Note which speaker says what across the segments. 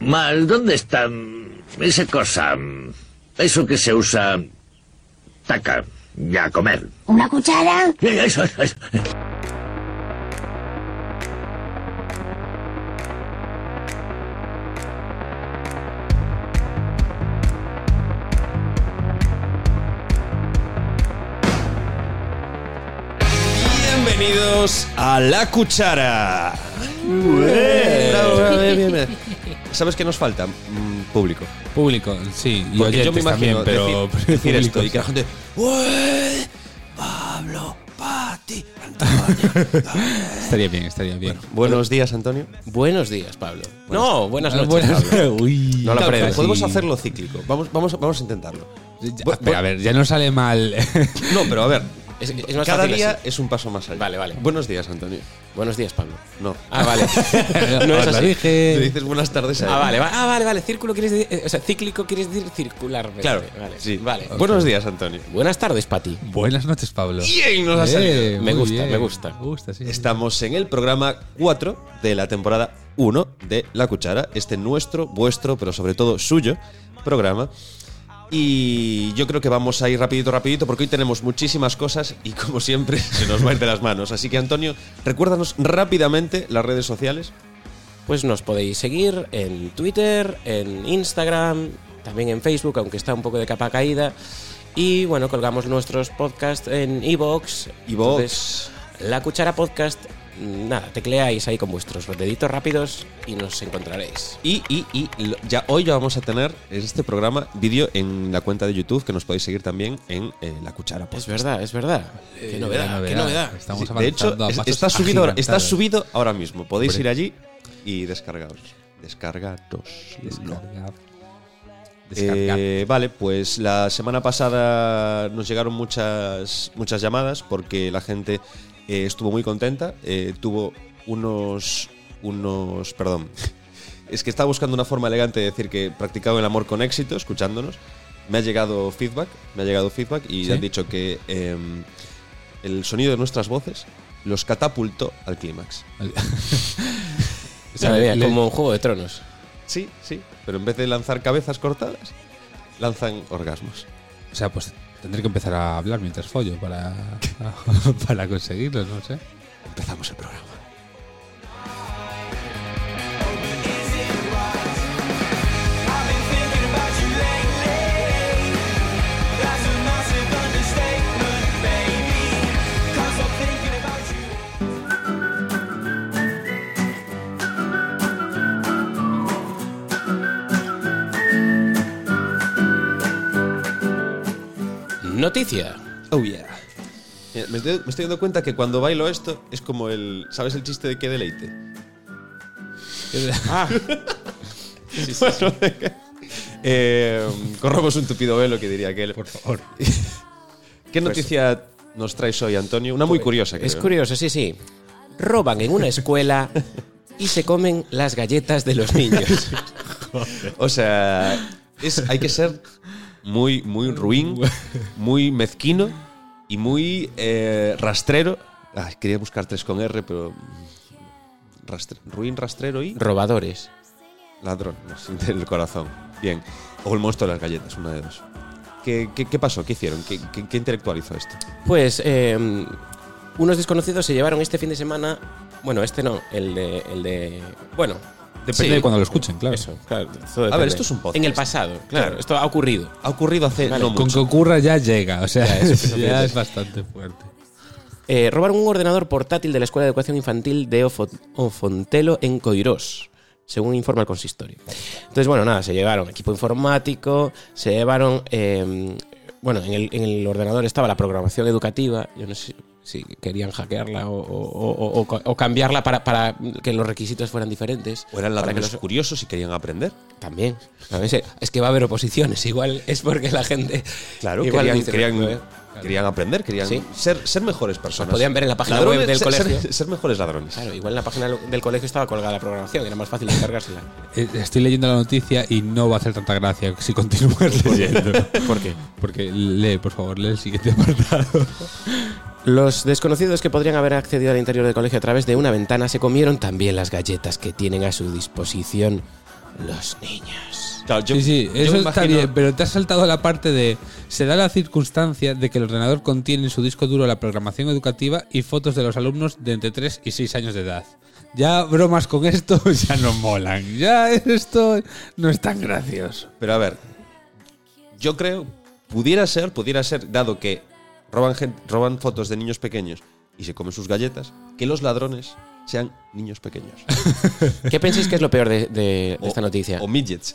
Speaker 1: mal. ¿Dónde está esa cosa? Eso que se usa... Taca. Ya, comer.
Speaker 2: ¿Una cuchara?
Speaker 1: Eso, eso, eso.
Speaker 3: Bienvenidos a La Cuchara. Bravo, bravo, bien, bien, bien. ¿Sabes qué nos falta? Mm, Público.
Speaker 4: Público, sí. Y
Speaker 3: Porque
Speaker 4: oyentes
Speaker 3: yo me imagino
Speaker 4: también, pero.
Speaker 3: decir,
Speaker 4: pero
Speaker 3: decir esto
Speaker 4: públicos.
Speaker 3: y que la gente. "Ué, Pablo, Pati, Antonio".
Speaker 4: Estaría bien, estaría bien.
Speaker 3: Buenos días, Antonio.
Speaker 5: Buenos días, Pablo. no, buenas
Speaker 4: Ah,
Speaker 5: noches.
Speaker 4: buenas-
Speaker 5: Pablo.
Speaker 4: Uy.
Speaker 3: No la
Speaker 4: Claro, pues
Speaker 3: fregues.
Speaker 4: sí.
Speaker 3: Podemos hacerlo cíclico. Vamos, vamos, vamos a intentarlo.
Speaker 4: Ya,
Speaker 3: Bu-
Speaker 4: espera, a ver, ya no sale mal.
Speaker 3: No, pero a ver.
Speaker 5: Es- es más
Speaker 3: cada
Speaker 5: fácil
Speaker 3: día
Speaker 5: así.
Speaker 3: es un paso más allá.
Speaker 5: Vale, vale.
Speaker 3: Buenos días, Antonio.
Speaker 5: Buenos días, Pablo.
Speaker 3: No.
Speaker 5: Ah, vale.
Speaker 4: no
Speaker 5: es así.
Speaker 3: Le
Speaker 4: dije.
Speaker 3: dices buenas tardes a
Speaker 5: Ah,
Speaker 3: él.
Speaker 5: vale, va- ah, vale, vale. Círculo quieres decir. eh, O sea, cíclico quieres decir circular. me
Speaker 3: Claro.
Speaker 5: parece. Vale.
Speaker 3: sí.
Speaker 5: vale.
Speaker 3: Buenos días, Antonio.
Speaker 5: Buenas tardes, Pati.
Speaker 4: Buenas noches, Pablo.
Speaker 3: Bien, nos ha
Speaker 4: Eh,
Speaker 3: salido.
Speaker 4: muy
Speaker 5: Me gusta,
Speaker 4: bien.
Speaker 5: me gusta.
Speaker 4: Me gusta, sí.
Speaker 3: Estamos en el programa 4 de la temporada 1 de La Cuchara, este nuestro, vuestro, pero sobre todo suyo programa. Y yo creo que vamos a ir rapidito, rapidito, porque hoy tenemos muchísimas cosas y como siempre se nos va a ir de las manos. Así que Antonio, recuérdanos rápidamente las redes sociales.
Speaker 5: Pues nos podéis seguir en Twitter, en Instagram, también en Facebook, aunque está un poco de capa caída. Y bueno, colgamos nuestros podcasts en Evox.
Speaker 3: iVoox.
Speaker 5: La Cuchara Podcast, nada, tecleáis ahí con vuestros deditos rápidos y nos encontraréis.
Speaker 3: Y, y, y lo- ya hoy ya vamos a tener en este programa vídeo en la cuenta de YouTube que nos podéis seguir también en eh, La Cuchara.
Speaker 5: Es verdad, es verdad. Qué
Speaker 4: Eh,
Speaker 5: novedad, qué novedad.
Speaker 4: Estamos
Speaker 3: Sí, de
Speaker 4: avanzando
Speaker 3: hecho,
Speaker 4: a
Speaker 3: es-
Speaker 4: pasos
Speaker 3: está subido, ahora, está
Speaker 4: agigantados.
Speaker 3: subido ahora mismo. Podéis
Speaker 4: Hombre.
Speaker 3: ir allí y descargaros. Descargaros.
Speaker 4: Descargar. Descargar.
Speaker 3: Eh, vale, pues la semana pasada nos llegaron muchas, muchas llamadas porque la gente eh, estuvo muy contenta. eh, tuvo unos. unos. Perdón. Es que estaba buscando una forma elegante de decir que practicaba el amor con éxito, escuchándonos. Me ha llegado feedback, me ha llegado feedback y
Speaker 4: ¿Sí?
Speaker 3: han dicho que em, el sonido de nuestras voces los catapultó al clímax.
Speaker 4: O sea,
Speaker 5: Madre mía,
Speaker 4: le-
Speaker 5: como un juego de tronos.
Speaker 3: Sí, sí, pero en vez de lanzar cabezas cortadas, lanzan orgasmos.
Speaker 4: o sea, pues tendré que empezar a hablar mientras follo para, para conseguirlo, no sé.
Speaker 3: Empezamos el programa.
Speaker 5: Noticia.
Speaker 3: Oh yeah. Mira, Me estoy, me estoy dando cuenta que cuando bailo esto es como el. ¿Sabes el chiste de qué deleite? Bueno, venga. Eh, corramos un tupido velo que diría aquel.
Speaker 4: Por favor.
Speaker 3: ¿Qué noticia nos traes hoy, Antonio? Una muy curiosa, creo.
Speaker 5: Pues, Es curioso, sí, sí. Roban en una escuela y se comen las galletas de los niños.
Speaker 3: O sea, es, hay que ser muy, muy ruin, muy mezquino y muy eh, rastrero. Ay, quería buscar tres con R, pero. mm, rastre- ruin, rastrero y.
Speaker 5: Robadores.
Speaker 3: Ladrón, no sé, del corazón. Bien. O el monstruo de las galletas, una de dos. ¿Qué, qué- qué pasó? ¿Qué hicieron? ¿Qué, qué, qué intelectualizó esto?
Speaker 5: Pues eh, unos desconocidos se llevaron este fin de semana. Bueno, este no, el de. El de bueno.
Speaker 4: Depende de cuando lo escuchen, claro.
Speaker 5: Eso, claro. todo depende.
Speaker 3: ver, esto es un podcast.
Speaker 5: En el pasado, claro. Esto ha ocurrido.
Speaker 3: Ha ocurrido hace
Speaker 5: Vale,
Speaker 3: no
Speaker 4: Con que
Speaker 3: mucho.
Speaker 4: ocurra ya llega, o sea, ya
Speaker 3: suficiente.
Speaker 4: es bastante fuerte.
Speaker 5: Eh, robaron un ordenador portátil de la Escuela de Educación Infantil de Ofo- Ofontelo en Coirós, según informa el consistorio. Entonces, bueno, nada, se llevaron equipo informático, se llevaron... eh, bueno, en el, en el ordenador estaba la programación educativa, yo no sé si querían hackearla o, o- o- o- o cambiarla para, para que los requisitos fueran diferentes.
Speaker 3: O eran
Speaker 5: para que
Speaker 3: ladrones
Speaker 5: los-
Speaker 3: curiosos y querían aprender.
Speaker 5: También. A veces, es que va a haber oposiciones, igual es porque la gente...
Speaker 3: Claro,
Speaker 5: igual
Speaker 3: querían,
Speaker 5: dice, eh".
Speaker 3: querían,
Speaker 5: "Joder".
Speaker 3: querían aprender, querían
Speaker 5: Sí.
Speaker 3: ser, ser mejores personas.
Speaker 5: Nos podían ver en la página
Speaker 3: Ladrones-
Speaker 5: web del
Speaker 3: ser- ser-
Speaker 5: colegio.
Speaker 3: Ser, mejores ladrones.
Speaker 5: Claro, igual en la página del colegio estaba colgada la programación, era más fácil descargársela.
Speaker 4: Eh, Estoy leyendo la noticia y no va a hacer tanta gracia si continúas leyendo.
Speaker 5: ¿Por qué?
Speaker 4: Porque lee, por favor, lee el siguiente apartado.
Speaker 5: Los desconocidos que podrían haber accedido al interior del colegio a través de una ventana se comieron también las galletas que tienen a su disposición los niños.
Speaker 3: Claro, yo-
Speaker 4: sí, sí,
Speaker 3: yo me
Speaker 4: eso está
Speaker 3: imagino-
Speaker 4: bien, pero te has saltado la parte de. Se da la circunstancia de que el ordenador contiene en su disco duro la programación educativa y fotos de los alumnos de entre 3 y 6 años de edad. Ya bromas con esto ya no molan. Ya esto no es tan gracioso.
Speaker 3: Pero a ver, yo creo, pudiera ser, pudiera ser, dado que roban, gen- roban fotos de niños pequeños y se comen sus galletas, que los ladrones sean niños pequeños.
Speaker 5: ¿Qué pensáis que es lo peor de, de- de esta
Speaker 3: O-
Speaker 5: noticia?
Speaker 3: O midgets.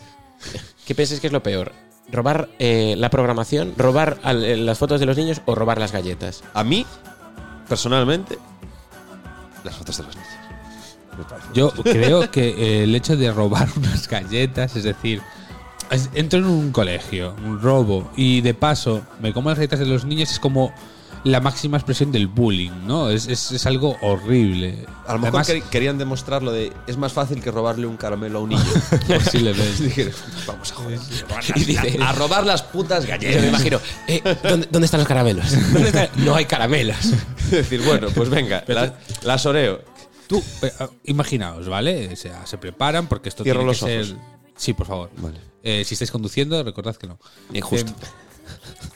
Speaker 5: ¿Qué pensáis que es lo peor? ¿Robar eh, la programación? ¿Robar al- eh, las fotos de los niños o robar las galletas?
Speaker 3: A mí, personalmente, las fotos de los niños. Me parece.
Speaker 4: Yo creo que eh, el hecho de robar unas galletas, es decir, es- entro en un colegio, un robo, y de paso me como las galletas de los niños, es como la máxima expresión del bullying, ¿no? Es, es- es algo horrible.
Speaker 3: A lo mejor
Speaker 4: Además,
Speaker 3: quer- querían demostrar lo de es más fácil que robarle un caramelo a un niño.
Speaker 4: posiblemente.
Speaker 3: Dijeron, vamos a joder.
Speaker 5: Y dice-
Speaker 3: A robar las putas
Speaker 5: Yo me
Speaker 3: galletas.
Speaker 5: imagino, eh, ¿dónde, dónde están los caramelos? ¿Dónde están? No hay caramelos.
Speaker 3: Es decir, bueno, pues venga, la- las oreo.
Speaker 4: Tú, eh, ah, imaginaos, ¿vale? O sea, se preparan porque esto
Speaker 3: Cierro
Speaker 4: tiene
Speaker 3: los
Speaker 4: que
Speaker 3: ojos.
Speaker 4: ser- Sí, por favor.
Speaker 3: Vale.
Speaker 4: Eh, si estáis conduciendo, recordad que no.
Speaker 3: Injusto.
Speaker 4: Eh,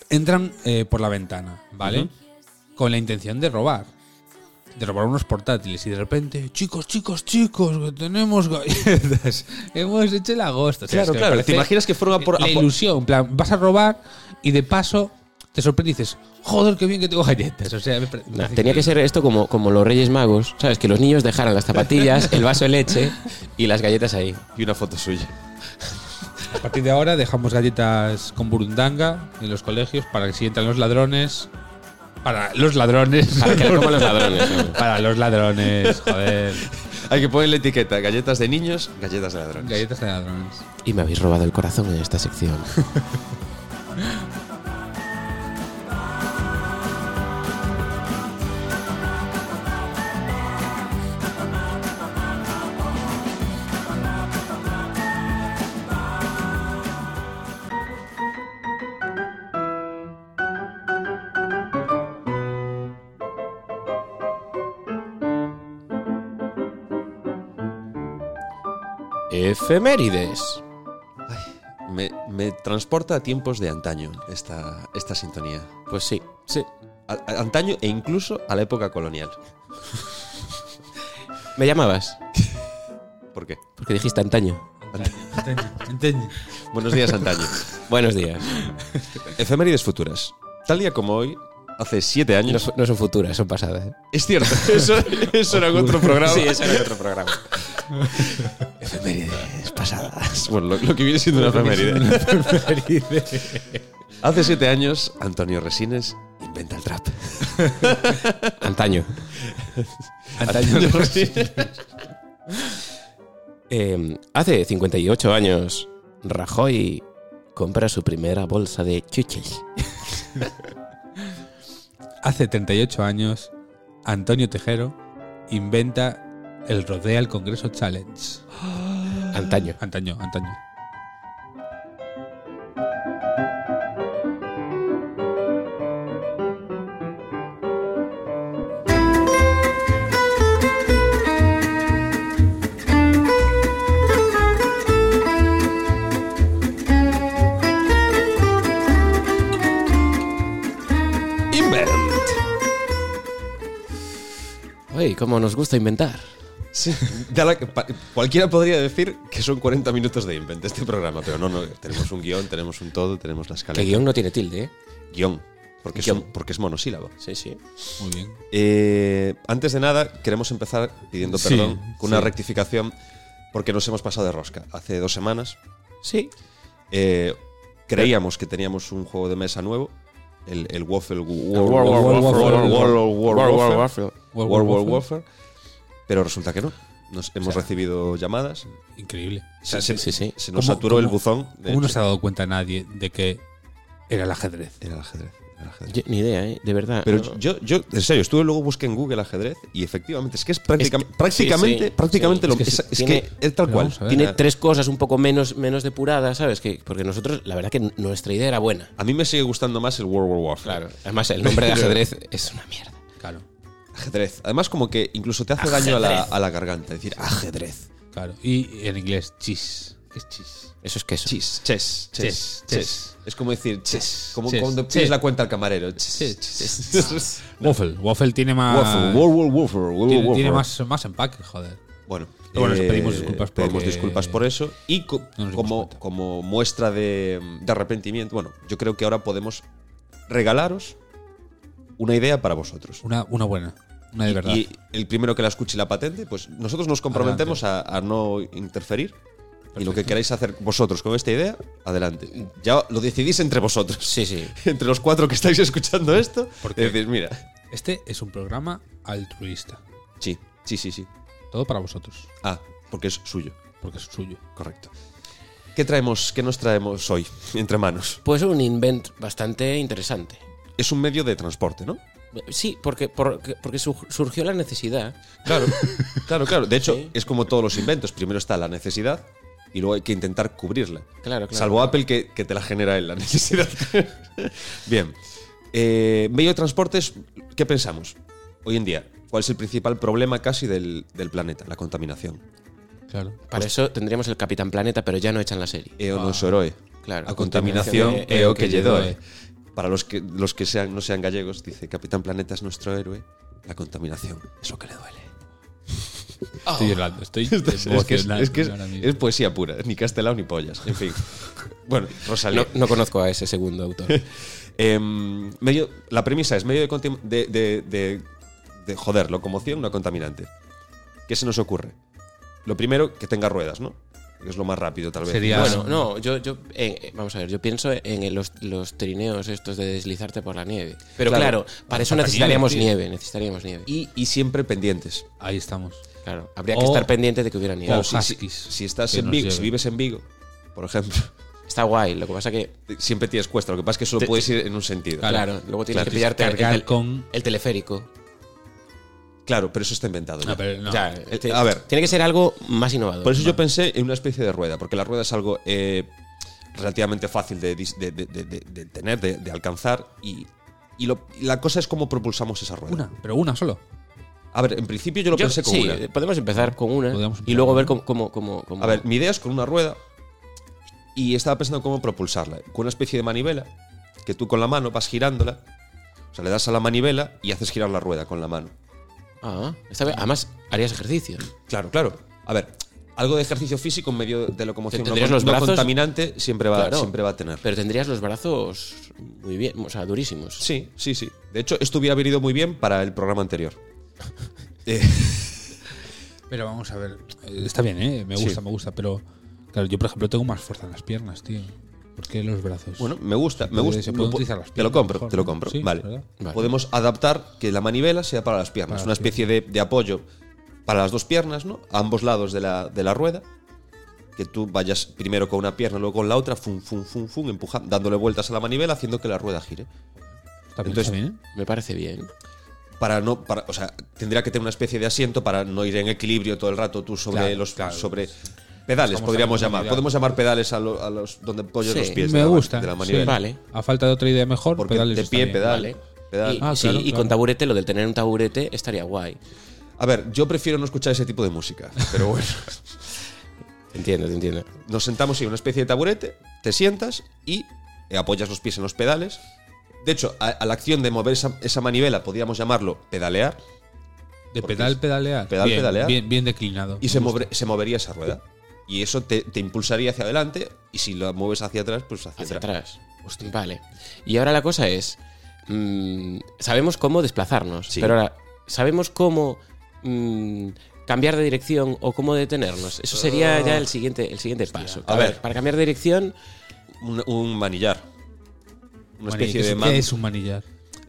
Speaker 4: entran eh, por la ventana, ¿vale? Con la intención de robar. De robar unos portátiles y de repente, chicos, chicos, chicos, que tenemos galletas. Hemos hecho el agosto. O sea,
Speaker 3: Claro,
Speaker 4: es que me
Speaker 3: claro.
Speaker 4: parece
Speaker 3: ¿Te imaginas que fueron a por- a
Speaker 4: La
Speaker 3: por-
Speaker 4: ilusión, en plan, vas a robar y de paso te sorprendes y dices, joder, qué bien que tengo galletas. O sea, me pare- me
Speaker 5: No,
Speaker 4: parece
Speaker 5: tenía que
Speaker 4: increíble.
Speaker 5: ser esto como, como los Reyes Magos, ¿sabes? Que los niños dejaran las zapatillas, el vaso de leche y las galletas ahí.
Speaker 3: Y una foto suya.
Speaker 4: A partir de ahora dejamos galletas con burundanga en los colegios para que si entran los ladrones. Para los ladrones.
Speaker 5: Para que le coman los ladrones. ¿no?
Speaker 4: Para los ladrones, joder.
Speaker 3: Hay que poner la etiqueta, galletas de niños, galletas de ladrones.
Speaker 4: Galletas de ladrones.
Speaker 5: Y me habéis robado el corazón en esta sección. Efemérides.
Speaker 3: Me, me transporta a tiempos de antaño esta, esta sintonía.
Speaker 5: Pues sí, sí.
Speaker 3: A- a- antaño e incluso a la época colonial.
Speaker 5: ¿Me llamabas?
Speaker 3: ¿Por qué?
Speaker 5: Porque dijiste antaño.
Speaker 3: Buenos días, antaño.
Speaker 5: Buenos días.
Speaker 3: Efemérides futuras. Tal día como hoy, hace siete
Speaker 5: No,
Speaker 3: años.
Speaker 5: son- no son futuras, son pasadas. ¿eh?
Speaker 3: Es cierto, eso, eso era otro programa.
Speaker 5: Sí, eso era otro programa.
Speaker 3: Efemérides pasadas. Bueno, lo, lo que viene siendo una efeméride. Hace siete años, Antonio Resines inventa el trap.
Speaker 5: Antaño.
Speaker 3: Antonio Resines.
Speaker 5: Eh, hace 58 años, Rajoy compra su primera bolsa de chuches.
Speaker 4: Hace 38 años, Antonio Tejero inventa el Rodea al Congreso Challenge.
Speaker 3: Ah.
Speaker 5: Antaño.
Speaker 4: Antaño, antaño.
Speaker 3: Invent.
Speaker 5: Uy, cómo nos gusta inventar.
Speaker 3: Sí, da la que- pa- cualquiera podría decir que son 40 minutos de invent este programa, pero no, no. Tenemos un guión, tenemos un todo, tenemos la escaleta.
Speaker 5: Que guión no tiene tilde, ¿eh?
Speaker 3: Guión. Porque, Es,
Speaker 5: Guión.
Speaker 3: un- porque es monosílabo.
Speaker 5: Sí, sí.
Speaker 4: Muy bien.
Speaker 3: Eh, antes de nada, queremos empezar pidiendo
Speaker 4: Sí,
Speaker 3: perdón con una
Speaker 4: sí.
Speaker 3: rectificación porque nos hemos pasado de rosca. Hace dos semanas
Speaker 5: Sí.
Speaker 3: eh, creíamos que teníamos un juego de mesa nuevo, el, el Waffle War-
Speaker 5: World War
Speaker 3: War-
Speaker 4: Waffle.
Speaker 3: World War- World War- Warfare.
Speaker 4: World
Speaker 3: World War
Speaker 4: Waffle.
Speaker 3: Warfare, pero resulta que no. Nos hemos recibido llamadas.
Speaker 4: Increíble.
Speaker 3: Se, se-
Speaker 5: sí, sí, sí.
Speaker 3: se nos
Speaker 4: ¿Cómo-
Speaker 3: saturó el
Speaker 4: cómo-
Speaker 3: buzón. de
Speaker 4: ¿Cómo no
Speaker 3: hecho.
Speaker 4: se ha dado cuenta nadie de que era el ajedrez?
Speaker 3: Era el ajedrez. era el ajedrez.
Speaker 5: Yo- ni idea, ¿eh? De verdad.
Speaker 3: Pero
Speaker 5: No.
Speaker 3: yo, yo, en serio, estuve luego busqué en Google ajedrez y efectivamente es que es práctica-
Speaker 5: Es que-
Speaker 3: prácticamente,
Speaker 5: sí, sí,
Speaker 3: prácticamente
Speaker 5: sí.
Speaker 3: lo
Speaker 5: Es que
Speaker 3: es,
Speaker 5: sí,
Speaker 3: es
Speaker 5: tiene-
Speaker 3: que es tal
Speaker 4: Pero
Speaker 3: cual.
Speaker 4: vamos a ver.
Speaker 5: Tiene tres cosas un poco menos, menos depuradas, ¿sabes? Que, porque nosotros, la verdad que nuestra idea era buena.
Speaker 3: A mí me sigue gustando más el World War Warfare.
Speaker 5: Además, el nombre de ajedrez es una mierda.
Speaker 4: Claro.
Speaker 3: Ajedrez. Además, como que incluso te hace daño a la, a la garganta. Es decir, ajedrez.
Speaker 4: Claro. Y en inglés, chis. ¿Qué es chis?
Speaker 5: Eso es queso.
Speaker 3: Chis, chess,
Speaker 4: Chess,
Speaker 3: chess,
Speaker 4: chess.
Speaker 3: chess. Es como decir chess. Como
Speaker 4: chess,
Speaker 3: cuando
Speaker 4: chess.
Speaker 3: pides la cuenta al camarero.
Speaker 4: Chess,
Speaker 3: Chess, chess.
Speaker 4: Waffle. Waffle tiene más.
Speaker 3: Waffle, World Waffle, World
Speaker 4: tiene,
Speaker 3: Waffle.
Speaker 4: tiene más, más empaque, joder.
Speaker 3: Bueno, eh,
Speaker 4: Pero bueno, pedimos disculpas
Speaker 3: pedimos
Speaker 4: porque-
Speaker 3: disculpas por eso. Y co-
Speaker 4: No nos dimos
Speaker 3: como,
Speaker 4: cuenta.
Speaker 3: como muestra de, de arrepentimiento, bueno, yo creo que ahora podemos regalaros una idea para vosotros.
Speaker 4: Una, una buena. Una de verdad.
Speaker 3: Y el primero que la escuche y la patente, pues nosotros nos comprometemos a, a no interferir. Y lo que queráis hacer vosotros con esta idea, adelante. Ya lo decidís entre vosotros.
Speaker 5: Sí, sí.
Speaker 3: Entre los cuatro que estáis escuchando esto,
Speaker 4: Porque-
Speaker 3: decís, mira,
Speaker 4: Este es un programa altruista.
Speaker 3: sí, sí, sí, sí.
Speaker 4: Todo para vosotros.
Speaker 3: Ah, porque es suyo.
Speaker 4: Porque es suyo.
Speaker 3: Correcto. ¿Qué traemos? ¿Qué nos traemos hoy entre manos?
Speaker 5: Pues un invent bastante interesante.
Speaker 3: Es un medio de transporte, ¿no?
Speaker 5: Sí, porque, porque, porque su- surgió la necesidad.
Speaker 3: Claro, claro, claro. De hecho,
Speaker 5: Sí.
Speaker 3: es como todos los inventos. Primero está la necesidad y luego hay que intentar cubrirla.
Speaker 5: Claro, claro.
Speaker 3: Salvo Apple que, que te la genera él, la necesidad. Bien. Eh, medio de transporte es- ¿Qué pensamos? Hoy en día, ¿cuál es el principal problema casi del, del planeta? La contaminación.
Speaker 4: Claro.
Speaker 5: Para eso tendríamos el Capitán Planeta, pero ya no echan la serie.
Speaker 3: Eo nos oroe.
Speaker 5: Claro.
Speaker 3: A contaminación, eo que
Speaker 4: lledoe.
Speaker 3: lledoe. Para los que, los que sean, no sean gallegos, dice Capitán Planeta es nuestro héroe. La contaminación es lo que le duele.
Speaker 4: Estoy llorando. Estoy
Speaker 3: Es que es- es,
Speaker 4: emocionado
Speaker 3: que es-
Speaker 4: ahora mismo.
Speaker 3: es poesía pura, ni castelao ni pollas. En fin. bueno, Rosalía.
Speaker 5: No, no conozco a ese segundo autor.
Speaker 3: Em, medio, la premisa es medio de, contim- de, de, de- de, joder, locomoción no contaminante. ¿Qué se nos ocurre? Lo primero, que tenga ruedas, ¿no? Que es lo más rápido, tal vez.
Speaker 4: Sería-
Speaker 5: Bueno, no, yo, yo eh, eh, vamos a ver, yo pienso en eh, los, los trineos estos de deslizarte por la nieve. Pero claro,
Speaker 3: Claro.
Speaker 5: para eso
Speaker 4: Saca
Speaker 5: necesitaríamos
Speaker 4: nieve,
Speaker 5: nieve,
Speaker 4: tío.
Speaker 5: necesitaríamos nieve. Y
Speaker 3: Y, y siempre pendientes.
Speaker 4: Ahí estamos.
Speaker 5: claro, habría
Speaker 4: O-
Speaker 5: que estar pendiente de que hubiera nieve.
Speaker 4: O
Speaker 3: si, si-
Speaker 4: huskies
Speaker 3: si estás
Speaker 4: que
Speaker 3: en
Speaker 4: nos
Speaker 3: Vigo,
Speaker 4: lleven.
Speaker 3: si vives en Vigo, por ejemplo,
Speaker 5: Está guay, lo que pasa que
Speaker 3: siempre tienes cuesta. Lo que pasa es que solo
Speaker 5: Te-
Speaker 3: puedes ir en un sentido.
Speaker 4: Claro.
Speaker 5: claro, luego tienes
Speaker 4: Claro,
Speaker 5: que pillarte el,
Speaker 4: cargar
Speaker 5: el-
Speaker 4: con-
Speaker 5: el teleférico.
Speaker 3: Claro, pero eso está inventado. ya.
Speaker 4: No, pero no.
Speaker 5: Ya, te-
Speaker 3: Eh, a ver.
Speaker 5: tiene que ser algo más innovador.
Speaker 3: Por eso yo pensé en una especie de rueda, porque la rueda es algo eh, relativamente fácil de, dis- de- de- de- de- de tener, de, de alcanzar, y, y lo- y la cosa es cómo propulsamos esa rueda.
Speaker 4: Una, eh, pero una solo.
Speaker 3: A ver, en principio yo lo
Speaker 5: Yo-
Speaker 3: pensé con
Speaker 5: sí,
Speaker 3: una.
Speaker 5: podemos empezar con una
Speaker 4: Podemos
Speaker 5: y
Speaker 4: empezar
Speaker 5: luego
Speaker 4: con
Speaker 5: ver
Speaker 4: una.
Speaker 5: cómo, cómo- cómo- cómo-
Speaker 3: A ver, mi idea es con una rueda, y estaba pensando cómo propulsarla, con una especie de manivela, que tú con la mano vas girándola, o sea, le das a la manivela y haces girar la rueda con la mano.
Speaker 5: Ah, esta vez- además harías ejercicio.
Speaker 3: Claro, claro. A ver, algo de ejercicio físico en medio de locomoción no,
Speaker 5: Tendrías
Speaker 3: con-
Speaker 5: los
Speaker 3: no
Speaker 5: brazos-
Speaker 3: contaminante siempre va,
Speaker 5: Claro.
Speaker 3: siempre va a tener.
Speaker 5: Pero tendrías los brazos muy bien, o sea, durísimos.
Speaker 3: Sí, sí, sí. De hecho, esto hubiera venido muy bien para el programa anterior.
Speaker 4: Pero vamos a ver. eh, Está bien, ¿eh? Me gusta,
Speaker 3: Sí.
Speaker 4: me gusta. Pero, claro, yo, por ejemplo, tengo más fuerza en las piernas, tío. ¿Por qué los brazos?
Speaker 3: Bueno, me gusta, me
Speaker 4: puede-
Speaker 3: gusta.
Speaker 4: pues se pueden
Speaker 3: Lo po-
Speaker 4: utilizar las
Speaker 3: te lo
Speaker 4: piernas
Speaker 3: compro,
Speaker 4: mejor,
Speaker 3: te lo
Speaker 4: ¿no?
Speaker 3: compro.
Speaker 4: Sí,
Speaker 3: vale.
Speaker 4: ¿verdad?
Speaker 5: Vale.
Speaker 3: Podemos adaptar que la manivela sea para las piernas,
Speaker 4: Para
Speaker 3: una
Speaker 4: las
Speaker 3: especie de, de apoyo para las dos piernas, ¿no? A ambos lados de la, de la rueda. Que tú vayas primero con una pierna, luego con la otra, fum, fum, fum, fum, empujando, dándole vueltas a la manivela, haciendo que la rueda gire.
Speaker 4: Está bien,
Speaker 3: entonces-
Speaker 4: está bien, ¿eh?
Speaker 5: Me parece bien.
Speaker 3: para no para, o sea tendría que tener una especie de asiento para no ir en equilibrio todo el rato tú sobre
Speaker 4: Claro,
Speaker 3: los
Speaker 4: claro.
Speaker 3: sobre pedales podríamos
Speaker 4: Estamos hablando de
Speaker 3: llamar
Speaker 4: manivela.
Speaker 3: podemos llamar pedales a, lo- a los donde apoyas
Speaker 5: Sí,
Speaker 3: los pies
Speaker 4: Me
Speaker 3: de la-
Speaker 4: gusta.
Speaker 3: de la
Speaker 4: sí.
Speaker 3: manivela
Speaker 5: Vale.
Speaker 4: A falta de otra idea mejor,
Speaker 3: porque
Speaker 4: pedales
Speaker 3: de
Speaker 4: está
Speaker 3: pie
Speaker 4: bien.
Speaker 3: pedal,
Speaker 5: Vale.
Speaker 3: pedal.
Speaker 5: Y,
Speaker 4: Ah,
Speaker 5: sí,
Speaker 4: claro,
Speaker 5: y
Speaker 4: claro.
Speaker 5: con taburete, lo del tener un taburete estaría guay.
Speaker 3: a ver yo prefiero no escuchar ese tipo de música pero bueno
Speaker 5: Te entiendo, te entiendo.
Speaker 3: nos sentamos en una especie de taburete te sientas y eh, apoyas los pies en los pedales de hecho a, a la acción de mover esa, esa manivela podríamos llamarlo pedalear
Speaker 4: De pedal, pedalear.
Speaker 3: Pedal,
Speaker 4: bien,
Speaker 3: pedalear.
Speaker 4: Bien, bien declinado.
Speaker 3: y se, mover- se movería esa rueda y eso te, te impulsaría hacia adelante y si la mueves hacia atrás pues hacia,
Speaker 5: Hacia
Speaker 3: atrás.
Speaker 5: atrás. Hostia. Vale. Y ahora la cosa es. mm, sabemos cómo desplazarnos.
Speaker 3: Sí.
Speaker 5: Pero ahora, ¿sabemos cómo mm, cambiar de dirección o cómo detenernos? Eso sería ya el siguiente, el siguiente paso.
Speaker 3: A ver.
Speaker 5: para cambiar de dirección.
Speaker 3: un, un manillar. Una
Speaker 4: Manillar.
Speaker 3: especie
Speaker 4: ¿Qué
Speaker 3: de
Speaker 4: es-
Speaker 3: man-
Speaker 4: ¿Qué es un manillar?